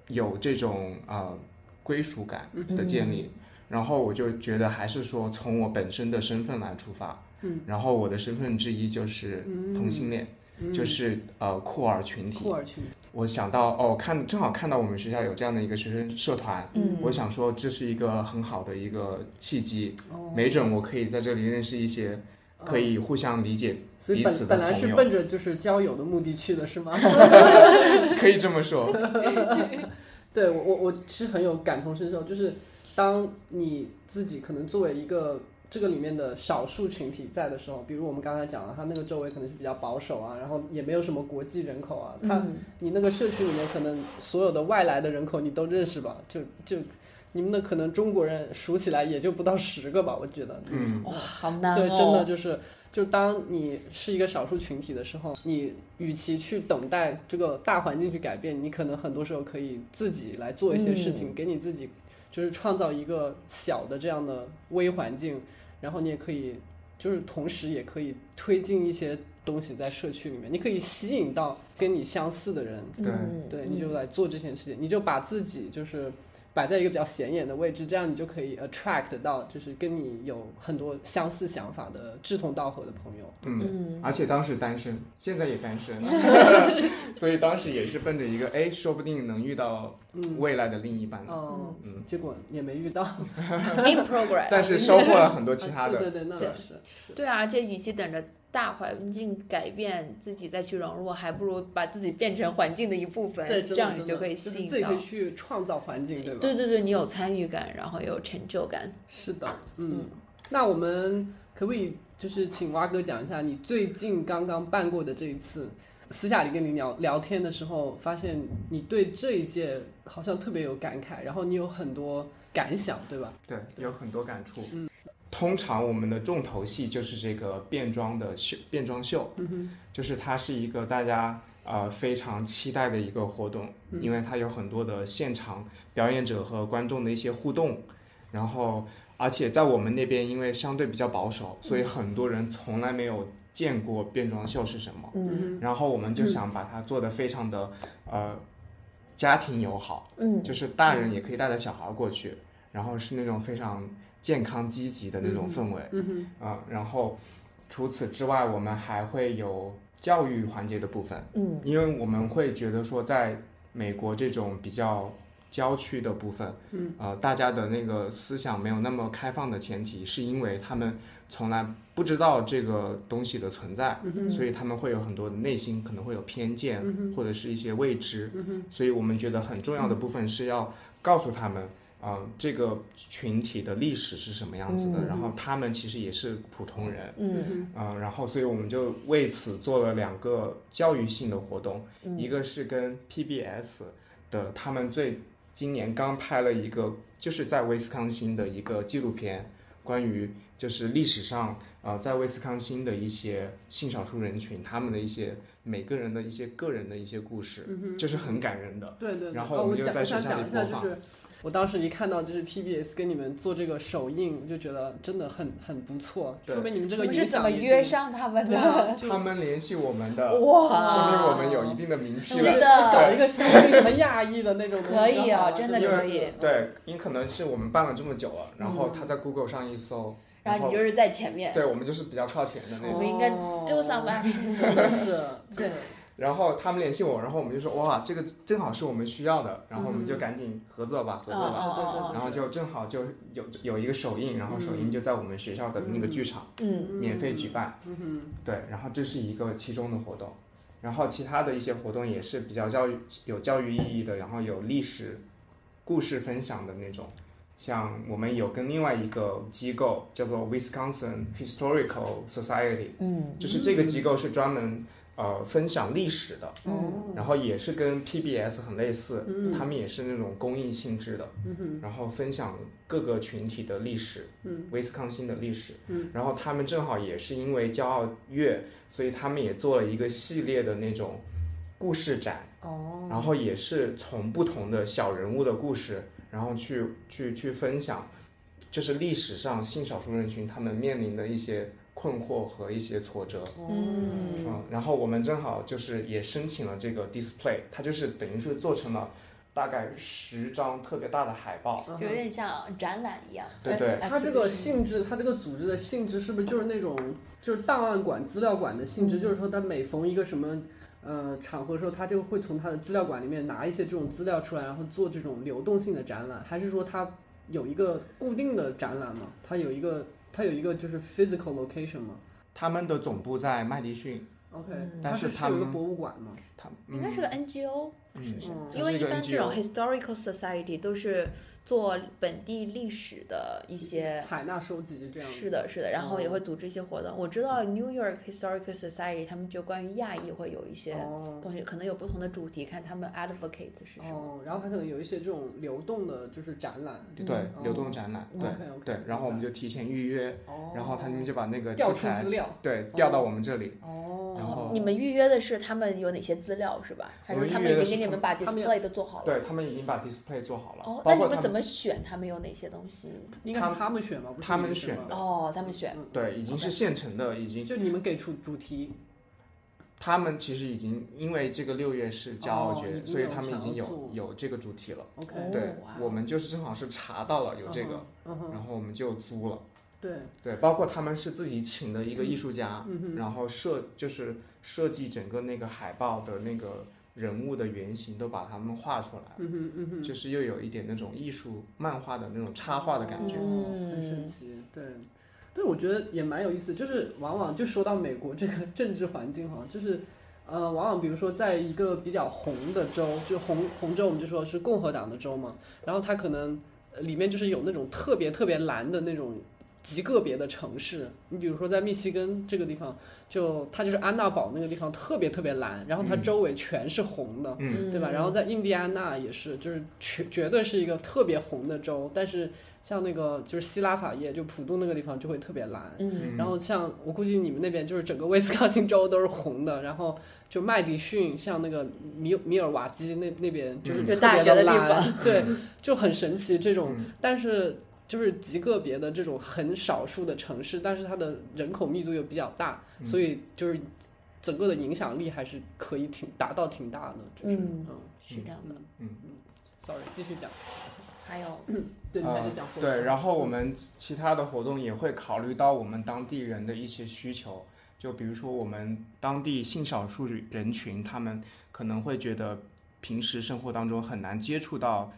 有这种啊、呃归属感的嗯建立。然后我就觉得还是说从我本身的身份来出发，嗯，然后我的身份之一就是同性恋，就是呃酷儿群体嗯酷。儿嗯群体，我想到哦，看正好看到我们学校有这样的一个学生社团，嗯我想说这是一个很好的一个契机，哦没准我可以在这里认识一些可以互相理解 嗯所以彼此本本的来朋是友，奔着就是交友的目的去的是 吗？可以这么说。对我我我是很有感同身受，就是当你自己可能作为一个这个里面的少数群体在的时候，比如我们刚才讲了，他那个周围可能是比较保守啊，然后也没有什么国际人口啊，他、嗯你那个社区里面可能所有的外来的人口你都认识吧，就就你们那可能中国人数起来也就不到十个吧，我觉得，嗯，哇，好难哦，对，真的就是，就当你是一个少数群体的时候，你与其去等待这个大环境去改变，你可能很多时候可以自己来做一些事嗯情，给你自己就是创造一个小的这样的微环境，然后你也可以就是同时也可以推进一些东西在社区里面，你可以吸引到跟你相似的人，对嗯，对，你就来做这件事情，你就把自己就是摆在一个比较显眼的位置，这样你就可以 attract 到就是跟你有很多相似想法的志同道合的朋友。嗯，而且当时单身，现在也单身， 所以当时也是奔着一个哎，说不定能遇到未来的另一半呢，嗯，结果也没遇到。 in progress。但嗯 是收获了很多其他对对的。对，那倒是。对啊，而且与其等着大环境改变自己再去融入，还不如把自己变成环境的一部分，对，这真的样你真就的可以是吸自己引到可以。去创造环境，对吧？对对对，你有参与感，然后有成就感。是的，啊嗯，那我们可不可以就是请蛙哥讲一下你最近刚刚办过的这一次？私下里跟你聊聊天的时候，发现你对这一届好像特别有感慨，然后你有很多感想，对吧？对，有很多感触。嗯，通常我们的重头戏就是这个变装的秀，变装秀，嗯、就是它是一个大家呃非常期待的一个活动，因为它有很多的现场表演者和观众的一些互动，然后而且在我们那边因为相对比较保守，所以很多人从来没有见过变装秀是什哦么。嗯然后我们就想把它做的非常的、呃家庭友好，嗯就是大人也可以带着小孩过去，然后是那种非常健康积极的那种氛围，嗯然后除此之外，我们还会有教育环节的部分，嗯因为我们会觉得说，在美国这种比较郊区的部分，嗯，呃，大家的那个思想没有那么开放的前提，是因为他们从来不知道这个东西的存嗯在，嗯所以他们会有很多的内心可能会有偏见，或者是一些未知，所以我们觉得很重要的部分是要告诉他们。啊、这个群体的历史是什么样子的？然后他们其实也是普通人，嗯嗯、然后所以我们就为此做了两个教育性的活动，嗯一个是跟 PBS 的他们最今年刚拍了一个，就是在威斯康星的一个纪录片，关于就是历史上呃在威斯康星的一些性少数人群他们的一些每个人的一些个人的一些故事，嗯这是很感人的。对对对，然后哦我我们就讲在我学想校里讲一下，播就放是我当时一看到就是 PBS 跟你们做这个首映，就觉得真的很很不错，对说明你们这你个们是影怎响么力真约的上他们对啊的？就他们联系我们的，说哇，明我们有一定的名气是了。的搞一个相亲什么亚裔的那种东西，可以啊，哦，真的因为可以。对，因可能是我们办了这么久了，然后他在 Google 上一搜，嗯然后你就是在前面，对我们就是比较靠前的那我种。们应该哦 do some action 真的哦是，对，然后他们联系我，然后我们就说哇，这个正好是我们需要的，然后我们就赶紧合作吧，合嗯作嗯吧。嗯然后就正好就有有一个首映，然后首映就在我们学校的那个剧场嗯免费举办，嗯哼，对，然后这是一个其中的活动，然后其他的一些活动也是比较教育有教育意义的，然后有历史故事分享的那种。像我们有跟另外一个机构叫做 Wisconsin Historical Society，嗯就是这个机构是专门呃分享历史的，嗯然后也是跟 PBS 很类似，嗯他们也是那种公益性质的，然后分享各个群体的历史，嗯威斯康星的历史，嗯然后他们正好也是因为骄傲月，所以他们也做了一个系列的那种故事展，哦，然后也是从不同的小人物的故事，然后去去去分享，就是历史上性少数人群他们面临的一些困惑和一些挫折。哦嗯嗯，然后我们正好就是也申请了这个 display，它就是等于是做成了大概十张特别大的海报，嗯就有点像展览一样。啊对对它这个性质，它这个组织的性质是不是就是那种就是档案馆、资料馆的嗯性质？就是说，它每逢一个什么呃场合的时候，它就会从它的资料馆里面拿一些这种资料出来，然后做这种流动性的展览，还是说它有一个固定的展览吗？它有一个它有一个就是 physical location 吗他们的总部在麦迪逊，嗯嗯？OK，它但是是他是有一个们博物馆吗？他应该是个 NGO，是不是？嗯因为一般这种 NGO historical society 都是做本地历史的一些。采纳收集这样子。是的，是的，然哦后也会组织一些活动。我知道 New York Historical Society 他们就关于亚裔会有一些哦东西，可能有不同的主题，看他们 advocate 是什么。哦，然后它可能有一些这种流动的，就是展览。对嗯流动展览，对 OK OK。对，然后我们就提前预约，哦，然后他们就把那个调呃器出材嗯资料。对调到我们这里，哦，然后你们预约的是他们有哪些资料是吧？还我是们他预们约已的经是给你们把他们 display 都做好了？对他们已经把 display 做好了，哦，那包你括们他怎么选他们有哪些东西？应该是他们选吧？不是他你们选选吧的哦，他们选。嗯对已经是现成的，已经就你们给出主题，他们其实已经因为这个六月是骄傲哦已节，经所以有他们已经强有度有这个主题了。 OK 哦对哇，哦我们就是正好是查到了有这个，嗯哼，然后我们就租了。对，对，包括他们是自己请的一个艺术家，嗯哼，然后设就是设计整个那个海报的那个人物的原型都把他们画出来，嗯哼，嗯哼，就是又有一点那种艺术漫画的那种插画的感觉。哦很神奇，对。对，我觉得也蛮有意思，就是往往就说到美国这个政治环境哈，就是，呃，往往比如说在一个比较红的州，就是红红州，我们就说是共和党的州嘛，然后它可能呃里面就是有那种特别特别蓝的那种极个别的城市，你比如说在密西根这个地方，就它就是安娜堡那个地方特别特别蓝，然后它嗯周围全是红的，嗯对吧？然后在印第安纳也是，就是绝绝对是一个特别红的州，但是像那个就是希拉法叶，就普渡那个地方就会特别蓝。嗯，嗯然后像我估计你们那边就是整个威斯康星州都是红的，然后就麦迪逊，像那个米米尔瓦基那那边就是嗯就特大别学的的地蓝，方对，就很神奇这种嗯但是就是极个别的这种很少数的城市，但是它的人口密度又比较大，嗯所以就是整个的影响力还是可以挺达到挺大的，就是嗯嗯是这样的。嗯，sorry，继续讲，还有，对，你啊还在讲后面、对，然后我们其其他的活动也会考虑到我们当地人的一些需求，就比如说我们当地性少数人群，他们可能会觉得平时生活当中很难接触到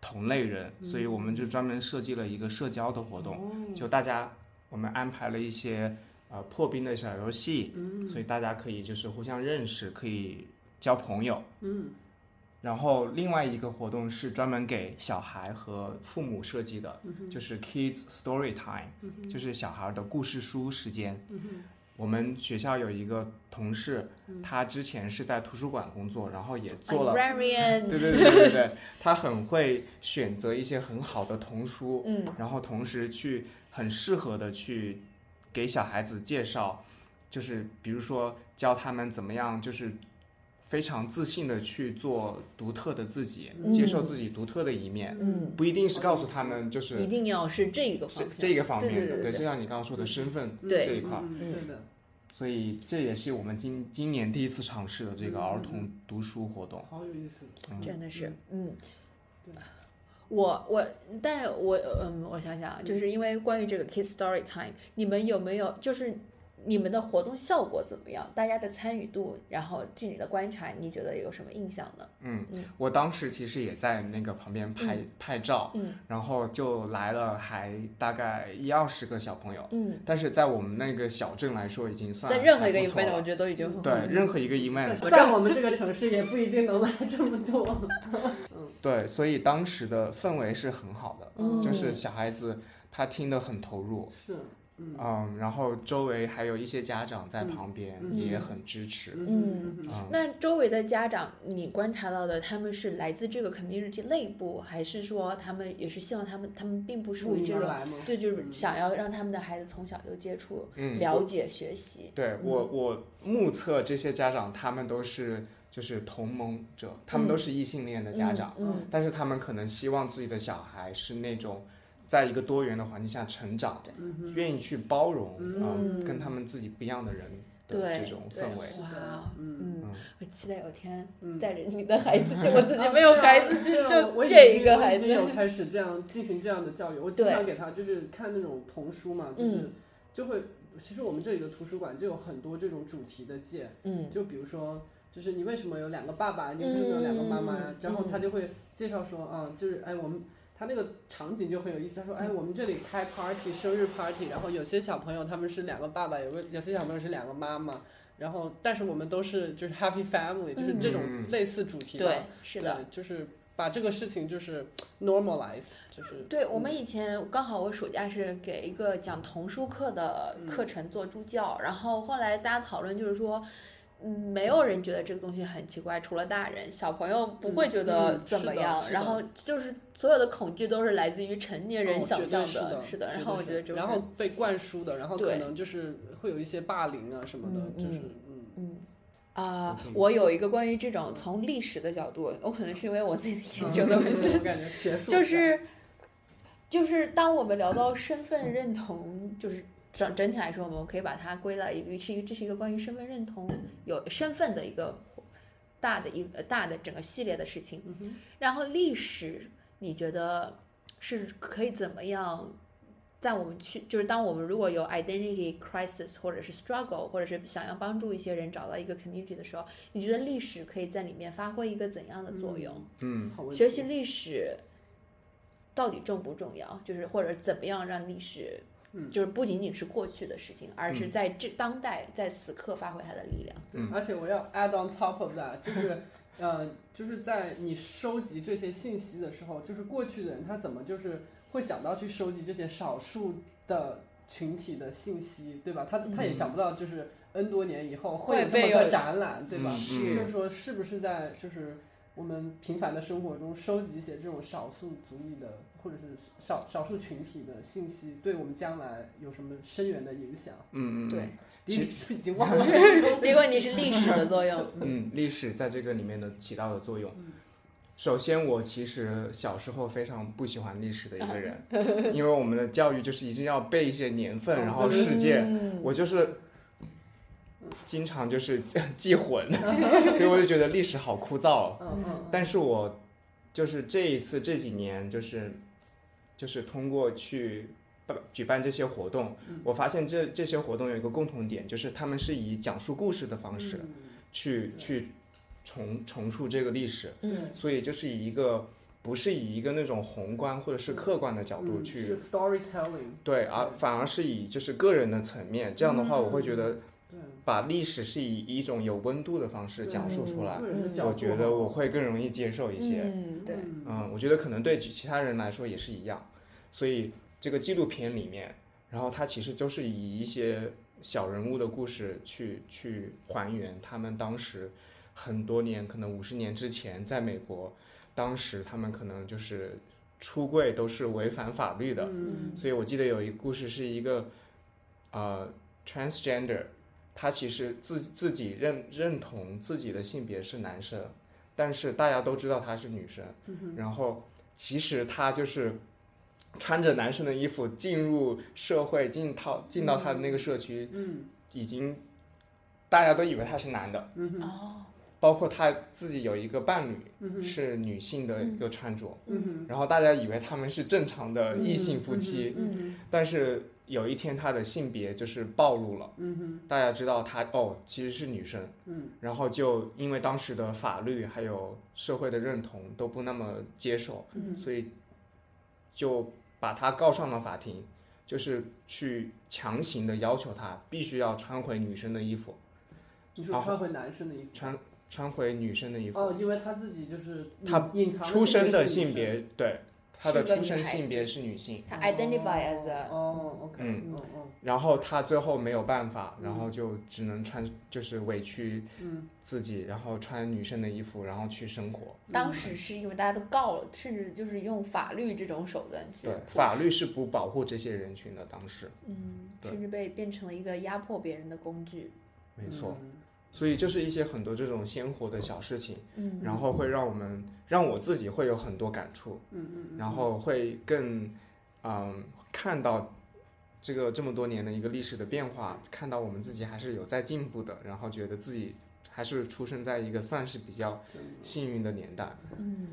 同类人，所以我们就专门设计了一个社交的活动，嗯就大家我们安排了一些呃破冰的小游戏，所以大家可以就是互相认识，可以交朋友。嗯，然后另外一个活动是专门给小孩和父母设计的，就是 Kids Story Time，、就是小孩的故事书时间。我们学校有一个同事，他之前是在图书馆工作，然后也做了 librarian，对对对对对，他很会选择一些很好的童书，嗯，然后同时去很适合的去给小孩子介绍，就是比如说教他们怎么样，就是非常自信的去做独特的自己，接受自己独特的一面，嗯，不一定是告诉他们就一是定要是这个是方这面。个方面的，对对对对就像你刚刚说的身份对这一块儿，嗯，对的，所以这也是我们今今年第一次尝试的这嗯个儿童读书活动。好有意思。真的是，嗯对，我我，但我嗯，我想想啊，就是因为关于这个 Kids Story Time，你们有没有就是你们的活动效果怎么样？大家的参与度，然后据你的观察，你觉得有什么印象呢？我当时其实也在那个旁边拍、拍照，嗯然后就来了还大概一二十个小朋友，嗯，但是在我们那个小镇来说，已经算在任何一个嗯还不错 event，了我觉得都已经很好对了任何一个 event，我在我们这个城市也不一定能来这么嗯多。对，所以当时的氛围是很好的，嗯就是小孩子他听得很投入，是，嗯嗯，然后周围还有一些家长在旁边、嗯也很支持，嗯嗯啊、那周围的家长，你观察到的，他们是来自这个 community 内部，还是说他们也是希望他们，他们并不属于这个，来吗？对，就是嗯想要让他们的孩子从小就接触、嗯了解、嗯学习。对我，我目测这些家长他们都是就是同盟者，他们都是异性恋的家长，嗯，但是他们可能希望自己的小孩是那种在一个多元的环境下成长的，嗯愿意去包容，嗯、跟他们自己不一样的人的对这种氛围。哇哦，嗯嗯，我期待有天嗯带着你的孩子去，我啊自己没有孩 子去，就借一个孩子我已。经有开始这样进行这样的教育，我经常给他就是看那种童书嘛，嗯就是就会，其实我们这里的图书馆就有很多这种主题的借，嗯就比如说，就是你为什么有两个爸爸，你为什么有两个妈妈呀？嗯然后他就会介绍说，啊，就是哎，我们他那个场景就很有意思。他说，嗯哎，我们这里开 party，生日 party，然后有些小朋友他们是两个爸爸，有个有些小朋友是两个妈妈，然后但是我们都是就是 happy family，就是这种嗯类似主题吧。对，是的。对，就是把这个事情就是 normalize，就是对我们以前刚好我暑假是给一个讲童书课的课程做助教，然后后来大家讨论就是说。嗯，没有人觉得这个东西很奇怪，除了大人，小朋友不会觉嗯得嗯怎是么的样。是的然后就是所有的恐惧都是来自于成年人哦想绝对象是的，是的。然后我觉得是就是，然后被灌输的，然后可对能就是会有一些霸凌啊什么的，嗯就是 嗯，啊、 OK 我有一个关于这种从历史的角度，我可能是因为我自己的研究的问题，嗯题，我感觉学 术就是就是当我们聊到身份认同，就是整整体来说，我们可以把它归到一个是一个这是一个关于身份认同有身份的一个大的一呃大的整个系列的事情。嗯哼然后历史，你觉得是可以怎么样？在我们去，就是当我们如果有 identity crisis 或者是 struggle，或者是想要帮助一些人找到一个 community 的时候，你觉得历史可以在里面发挥一个怎样的作用？嗯，好问题学习历史到底重不重要？就是或者怎么样让历史，嗯就是不仅仅是过去的事情，而是在这当代在此刻发挥它的力量。对嗯而且我要 add on top of that，就是，呃，就是在你收集这些信息的时候，就是过去的人他怎么就是会想到去收集这些少数的群体的信息，对吧？他他也想不到就是 N 多年以后会有嗯会这被么个有展览，对吧？嗯是就是说，是不是在就是我们平凡的生活中收集一些这种少数族裔的或者是少少数群体的信息，对我们将来有什么深远的影响？嗯嗯，对，你其已经忘 了，嗯结果你是历史的作用，嗯，历史在这个里面的起到的作用嗯。首先，我其实小时候非常不喜欢历史的一个人，因为我们的教育就是一定要背一些年份，哦然后对事件。嗯我就是经常就是记混，所以我就觉得历史好枯燥。嗯嗯，但是我就是这一次这几年，就是就是通过去办举办这些活动，我发现这这些活动有一个共同点，就是他们是以讲述故事的方嗯式。去去重重述这个历史，嗯所以就是以一个不是以一个那种宏观或者是客观的角度嗯去这个 storytelling，对，而反而是以就是个人的层面，这样的话，我会觉得对，把历史是以一种有温度的方式讲述出来，个人的嗯角度我觉得我会更容易接受一些。嗯对嗯嗯，我觉得可能对其其他人来说也是一样，所以这个纪录片里面，然后它其实就是以一些小人物的故事去去还原他们当时很多年，可能五十年之前在美国，当时他们可能就是出柜都是违反法律的，嗯所以我记得有一个故事是一个呃 transgender，他其实自自己认认同自己的性别是男生，但是大家都知道他是女生，嗯然后其实他就是。穿着男生的衣服进入社会，进到进到他的那个社区，嗯已经大家都以为他是男的，嗯哼哦，包括他自己有一个伴侣嗯哼是女性的一个穿着，嗯哼然后大家以为他们是正常的呃异性夫妻，嗯但是有一天他的性别就是暴露了，哼嗯哼大家知道他哦其实是女生，嗯然后就因为当时的法律还有社会的认同都不那么接受，嗯所以就把他告上了法庭，就是去强行的要求他必须要穿回女生的衣服，你说穿回男生的衣服。穿穿回女生的衣服，哦，因为他自己就是隐他隐藏出生的的性别是女别对他的是个出生女孩子性别是女性。他生 identify as a 哦，OK，嗯嗯嗯然后他最后没有办法，嗯然后就只能穿，就是委屈嗯自己，然后穿女生的衣服，然后去生活。当时是因为大家都告了，甚至就是用法律这种手段去对，迫法律是不保护这些人群的，当时嗯，对甚至被变成了一个压迫别人的工具。没嗯错。，所以就是一些很多这种鲜活的小事情，嗯，然后会让我们让我自己会有很多感触，嗯嗯，然后会更嗯看到这个这么多年的一个历史的变化，看到我们自己还是有在进步的，然后觉得自己还是出生在一个算是比较幸运的年代。嗯，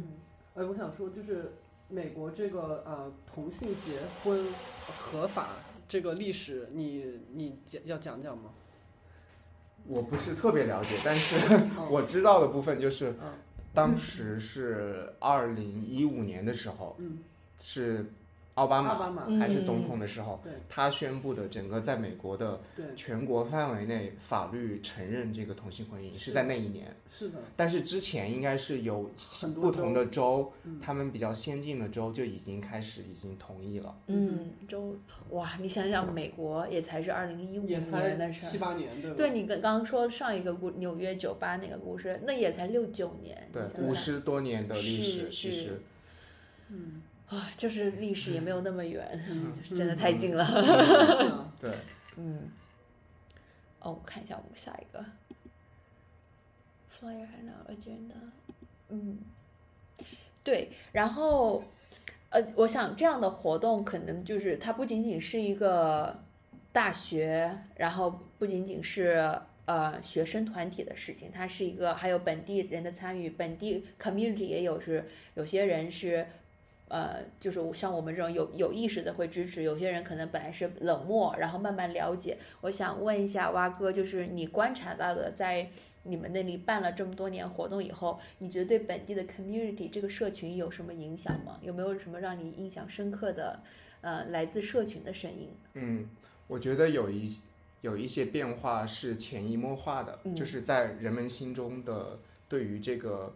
哎，我想说，就是美国这个呃同性结婚合法这个历史，你你讲要讲讲吗？我不是特别了解，但是 哦我知道的部分就是嗯，当时是二零一五年的时候，嗯，是奥巴奥马巴马，嗯嗯还是总统的时候对，他宣布的整个在美国的对，全国范围内法律承认这个同性婚姻是在那一年，是的，但是之前应该是有很多不同的州嗯，他们比较先进的州就已经开始已经同意了，嗯，周哇，你想想，美国也才是二零一五也年才的七事儿。八年，对吧？对你刚刚刚说上一个故纽约酒吧那个故事，那也才六九年，对你，想五想十多年的历史是其是实。嗯，啊，就是历史也没有那么远，嗯就是真的太近了。 是啊对，嗯，哦，我看一下我们下一个 flyer 还有 agenda，嗯，对，然后呃，我想这样的活动可能就是它不仅仅是一个大学，然后不仅仅是。呃，学生团体的事情，它是一个还有本地人的参与，本地 community 也有是有些人是，呃，就是像我们这种有有意识的会支持，有些人可能本来是冷漠，然后慢慢了解。我想问一下蛙哥，就是你观察到的，在你们那里办了这么多年活动以后，你觉得对本地的 community 这个社群有什么影响吗？有没有什么让你印象深刻的，呃，来自社群的声音？嗯，我觉得有一有一些变化是潜移默化的，嗯就是在人们心中的对于这个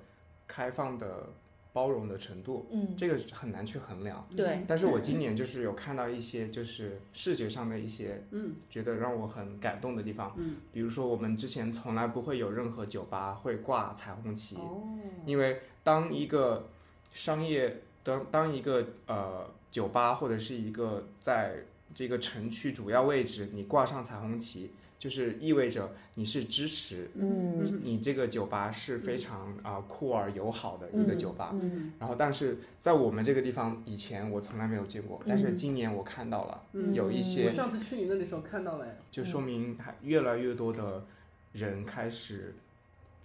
开放的包容的程度，嗯，这个是很难去衡量。嗯对，但是我今年就是有看到一些就是视觉上的一些嗯觉得让我很感动的地方，嗯，比如说我们之前从来不会有任何酒吧会挂彩虹旗，哦，因为当一个商业当当一个呃酒吧或者是一个在这个城区主要位置，你挂上彩虹旗，就是意味着你是支持嗯嗯你这个酒吧是非常啊、酷儿友好的一个酒吧。嗯嗯然后，但是在我们这个地方以前我从来没有见过，但是嗯今年我看到了，嗯有一我些上次去你那里的时候看到了，哎就说明还越来越多的人开始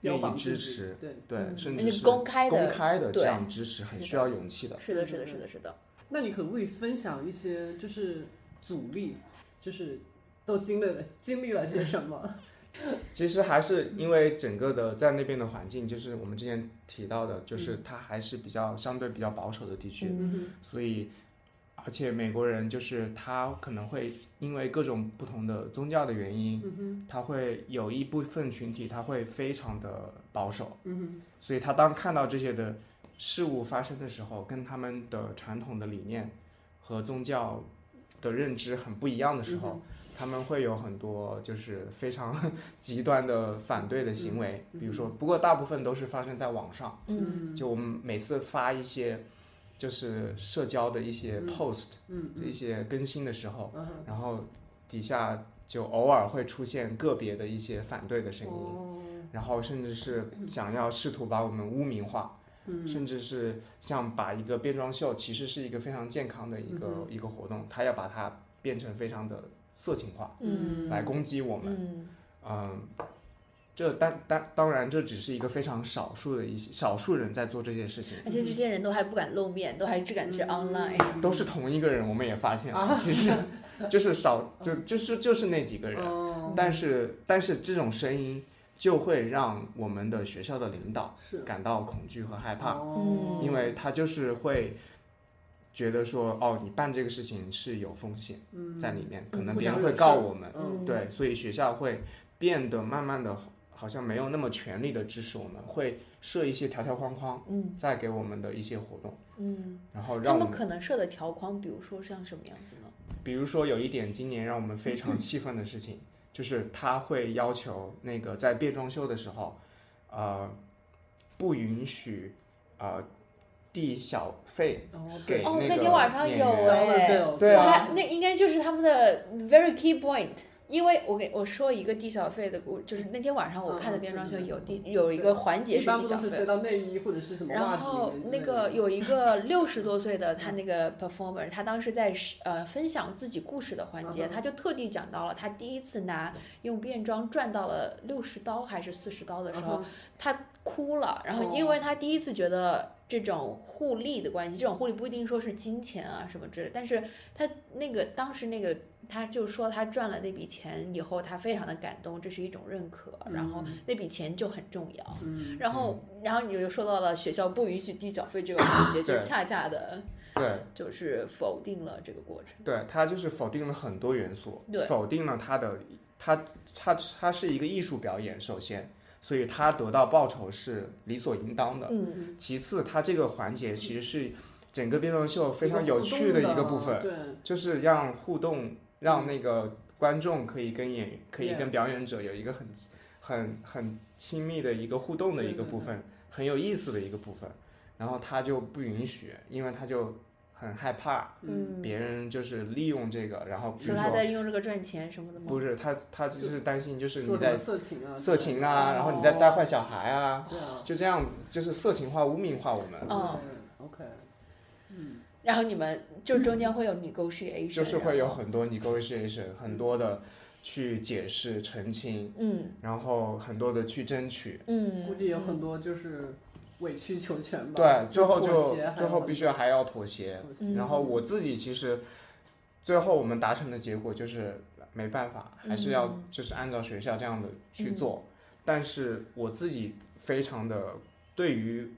愿标意榜支自己持，对。对，嗯甚而至且是公开的公开的对这样支持，很需要勇气的。是的，是的，是的，是的。那你可不可以分享一些就是阻力，就是都经历了经历了些什么？其实还是因为整个的在那边的环境，就是我们之前提到的，就是它还是比较相对比较保守的地区，嗯所以而且美国人就是他可能会因为各种不同的宗教的原因，嗯哼，他会有一部分群体他会非常的保守，嗯哼，所以他当看到这些的事物发生的时候，跟他们的传统的理念和宗教的认知很不一样的时嗯候，他们会有很多就是非常 极端的反对的行为，嗯嗯比如说，不过大部分都是发生在网上，嗯，嗯就我们每次发一些就是社交的一些嗯 post、嗯一嗯些更新的时候，嗯哼，然后底下就偶尔会出现个别的一些反对的声音。哦，然后甚至是想要试图把我们污名化，嗯甚至是像把一个变装秀其实是一个非常健康的一个、嗯一个活动，他要把它变成非常的色情化嗯来攻击我们。嗯嗯，这当当当然这只是一个非常少数的一些少数人在做这些事情，而且这些人都还不敢露面，都还只敢是 online。都是同一个人，我们也发现了，啊其 实就是少就就是就是那几个人，哦，但是但是这种声音就会让我们的学校的领导是感到恐惧和害怕。哦因为他就是会觉得说，哦，你办这个事情是有风险嗯在里面，可能别人会告我们，嗯对，所以学校会变得慢慢的好像没有那么全力的支持我们，会设一些条条框框，嗯再给我们的一些活动，嗯，然后他让我们们，可能设的条框，比如说像什么样子呢？比如说有一点今年让我们 非常气愤的事情，就是他会要求那个在变装秀的时候，呃，不允许，呃，递小费哦给哦，那个天晚上演有员哎对啊我还那应该就是他们的 very key point。因为我给我说一个低小费的故，就是那天晚上我看的嗯变装秀对对有低有一个环节一是般低不小都费是，塞到内衣或者是什么袜然子后里面之类那的嗯个有一 个六十多岁的他那个 performer，他当时在是呃分享自己故事的环节，嗯哼嗯他就特地讲到了他第一次拿用变装赚到了六十刀还是四十刀的时嗯候，他哭了，然哦后因为他第一次觉得这种互利的关系，这种互利不一定说是金钱啊什么之类，但是他那个当时那个他就说他赚了那笔钱以后，他非常的感动，这是一种认可，然嗯后那笔钱就很重要。嗯然后，然后你又说到了学校不允许低缴费这个环 节，就对恰恰的对就是否定了这个过程。对，它就是否定了很多元素对，否定了它的它它它是一个艺术表演，首先，所以它得到报酬是理所应当的。嗯其次，它这个环节其实是整个变装秀非常有趣的一个部分，对，就是让互动，让那个观众可以跟演员，可以 Yeah 跟表演者有一个很很很亲密的一个互动的一个部分，很有意思的一个部分。然后他就不允许，因为他就很害怕。嗯嗯，别人就是利用这个，然后比说如他说在用这个赚钱什么的吗？不是他，他就是担心就是你说什么在色情啊，色情哦啊，然后你在带坏小孩啊，对啊，就这样子，就是色情化、污名化我们，哦对，OK，嗯然后你们就中间会有 negotiation，就是会有然后很多 negotiation，很多的去解释、澄清，嗯然后很多的去争取，嗯，估计有很多就是委曲求全吧，对，最后嗯妥就协还有最后必须还要妥协。妥协嗯然后我自己其实最后我们达成的结果就是没办法，还是要嗯就是按照学校这样的去嗯做。但是我自己非常的对于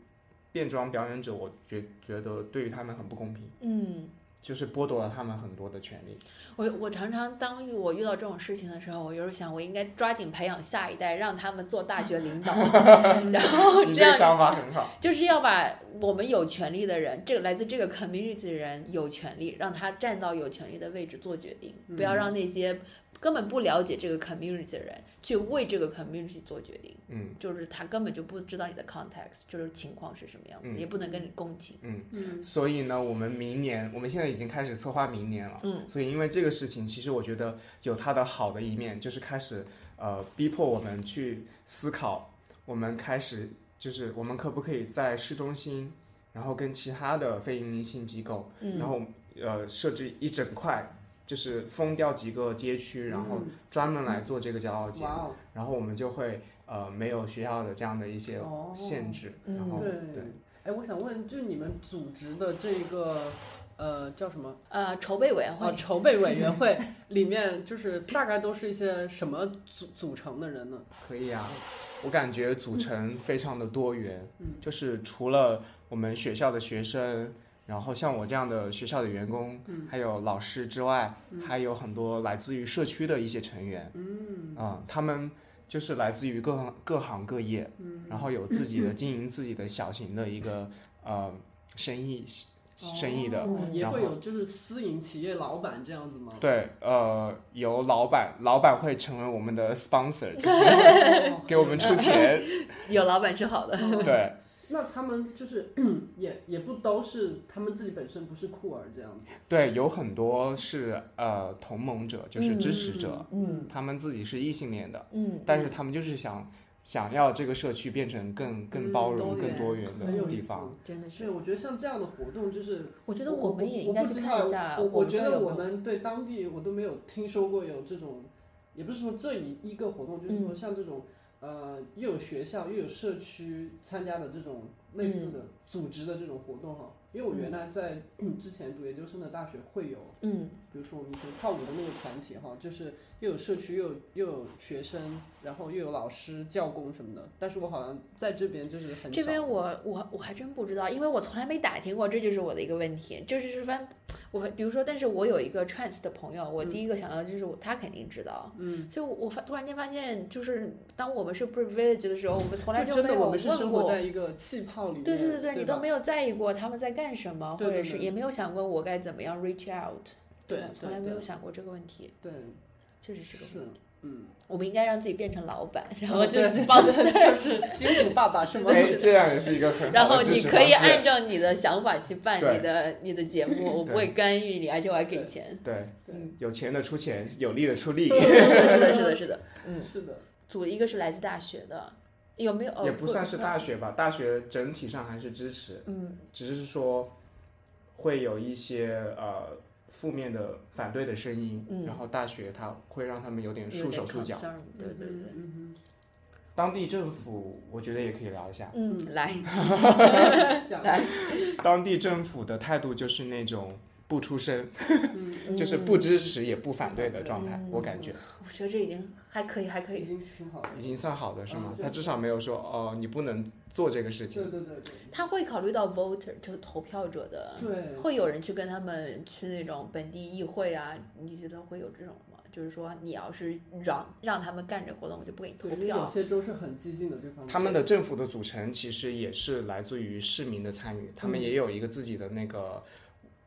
变装表演者，我觉觉得对于他们很不公平，嗯。就是剥夺了他们很多的权利。我我常常当我遇到这种事情的时候，我就是想，我应该抓紧培养下一代，让他们做大学领 导， 然后你哦这这个样想法很好，就是要把我们有权利的人，这个来自这个 community 的人有权利，让他站到有权利的位置做决定，嗯不要让那些根本不了解这个 community 的人去为这个 community 做决定，嗯就是他根本就不知道你的 context，就是情况是什么样子，嗯也不能跟你共情。嗯。嗯所以呢，我们明年，我们现在已经开始策划明年了。嗯，所以因为这个事情，其实我觉得有它的好的一面，就是开始呃逼迫我们去思考，我们开始就是我们可不可以在市中心，然后跟其他的非营利性机构，然嗯后呃设置一整块，就是封掉几个街区，然后嗯专门来做这个骄傲节，哇哦，然后我们就会呃没有学校的这样的一些哦限制，然后嗯对对。，哎，我想问，就是你们组织的这个呃叫什么呃，筹备委员会啊筹备委员会里面，就是大概都是一些什么组组成的人呢？可以啊，我感觉组成非常的多元，就是除了我们学校的学生，然后像我这样的学校的员工，还有老师之外，还有很多来自于社区的一些成员，嗯，啊、他们就是来自于各行各行各业，然后有自己的经营自己的小型的一个呃生意生意的，哦也然后会有就是私营企业老板这样 子吗？对，呃，由老板，老板会成为我们的 sponsor，就是哦 给我们出钱，有老板是好的，对。嗯那他们就是 也也不都是他们自己本身不是酷儿这样子，对，有很多是呃同盟者，就是支持者， 嗯他们自己是异性恋的，嗯，但是他们就是想想要这个社区变成更更嗯包多容、更元多元很有的意地思。方。真的是是，，我觉得像这样的活动就是我觉得我我们也应我该不去知看道一下，我我觉这儿得有我没有们对当地我都没有听说过有这种，也不是说这一一个活动，就是嗯说像这种、呃又有学校又有社区参加的这种类似嗯的、组织的这种活动哈。因为我原来在、 之前读研究生的大学会有，嗯比如说我们以前跳舞的那个团体哈，就是又有社区又有又有学生，然后又有老师、教工什么的。但是我好像在这边就是很这边少我我我还真不知道，因为我从来没打听过，这就是我的一个问题。就是说，我比如说，但是我有一个 trans 的朋友，我第一个想到就是我、他肯定知道。嗯，所以我，我发突然间发现，就是当我们是 privilege 的时候，我们从来就没真的有我问们是生活过。在一个气泡里面，对对对对，你吧都没有在意过他们在干什么，对对或者对是也没有想过我该怎么样 reach out，对吧对从来没对有想过这个问题，对，确实是个问题。是，嗯，我们应该让自己变成老 板，然哦后就对是对帮 就是金主爸爸是吗？哎，这样也是一个 很然好后的支你持可方以式。按照你的想法去办对你的你的节 目，我不会干预你，而且我还给钱。对，对有钱的出钱，有力的出力， 是的，是的，是的，是的。嗯，是的，组一个是来自大学的，有没有？哦 也不算是大。不学吧，大学整体上还是支持，嗯只是说会有一些呃负面的反对的声音，嗯然后大学它会让他们有点有束点手束脚。 concern，对对对。嗯当地政府我觉得也可以聊一下，嗯，来， 哼，讲来当地政府的态度就是那种不出声，嗯，就是不支持也不反对的状态，嗯我感觉我觉得这已经还可以，还可已以。经挺好的，已经算好的是吗嗯？对他至少没有说哦，你不能做这个事对情。对对对他会考虑到 voter，就是投票者的，对，会有人去跟他们去那种本地议会啊？你觉得会有这种吗？就是说，你要是让让他们干这活动，我就不给你投对，因为有票。些州是很激进的这方面，他们的政府的组成其实也是来自于市民的参与，他嗯们也有一个自己的那个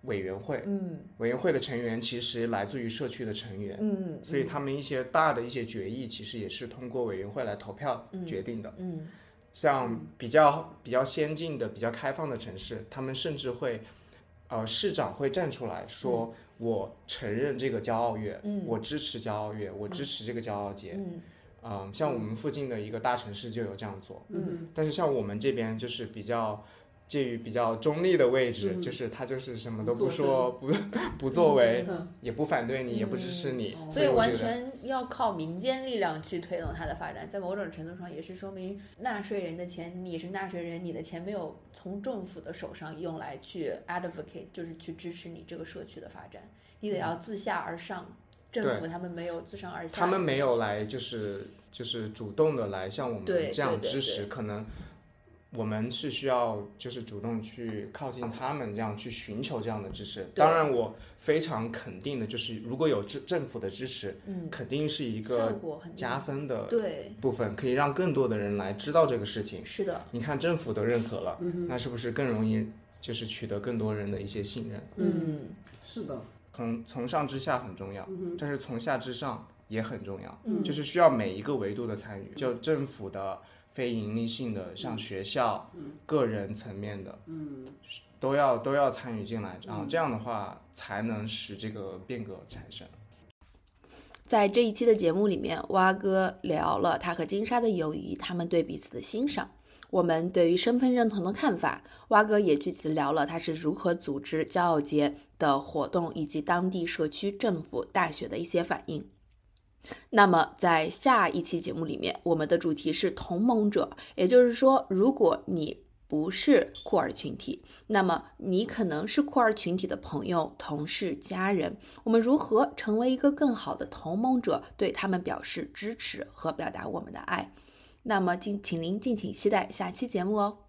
委员会，嗯委员会的成员其实来自于社区的成员，嗯所以他们一些大的一些决议其实也是通过委员会来投票嗯决定的。嗯像比较比较先进的、比较开放的城市，他们甚至会，呃，市长会站出来说：“我承认这个骄傲月，嗯我支持骄傲月，我支持这个骄傲节。嗯嗯，像我们附近的一个大城市就有这样做，嗯但是像我们这边就是比较。介于比较中立的位置，嗯就是他就是什么不都不作声说，不 不作为，嗯也不反对你，也不支持你，哦所以以我觉完得全要靠民间力量去推动它的发展，在某种程度上也是说明纳税人的钱，你是纳税人，你的钱没有从政府的手上用来去 advocate，就是去支持你这个社区的发展，你嗯得要自下而上。政府他们没有自上而下，他们没有来就是就是主动的来向我们对这样对对支持，可能我们是需要就是主动去靠近他们，这样去寻求这样的支持。当然，我非常肯定的就是，如果有政政府的支持，嗯肯定是一效个果很加分的对，部分，可以让更多的人来知道这个事情。是的，你看政府都认可了，嗯哼那是不是更容易就是取得更多人的一些信任？嗯，是的，从从上至下很重要，嗯哼但是从下至上也很重要。嗯就是需要每一个维度的参与，就政府的、非盈利性的，像学校、个人层面的，嗯，都要都要参与进来，然后这样的话才能使这个变革产生。在这一期的节目里面，蛙哥聊了他和金莎的友谊，他们对彼此的欣赏，我们对于身份认同的看法。蛙哥也具体的聊了他是如何组织骄傲节的活动，以及当地社区、政府、大学的一些反应。那么，在下一期节目里面，我们的主题是同盟者，也就是说，如果你。不是酷儿群体，那么你可能是酷儿群体的朋友、同事、家人。我们如何成为一个更好的同盟者，对他们表示支持和表达我们的爱？那么敬，请您敬请期待下期节目哦。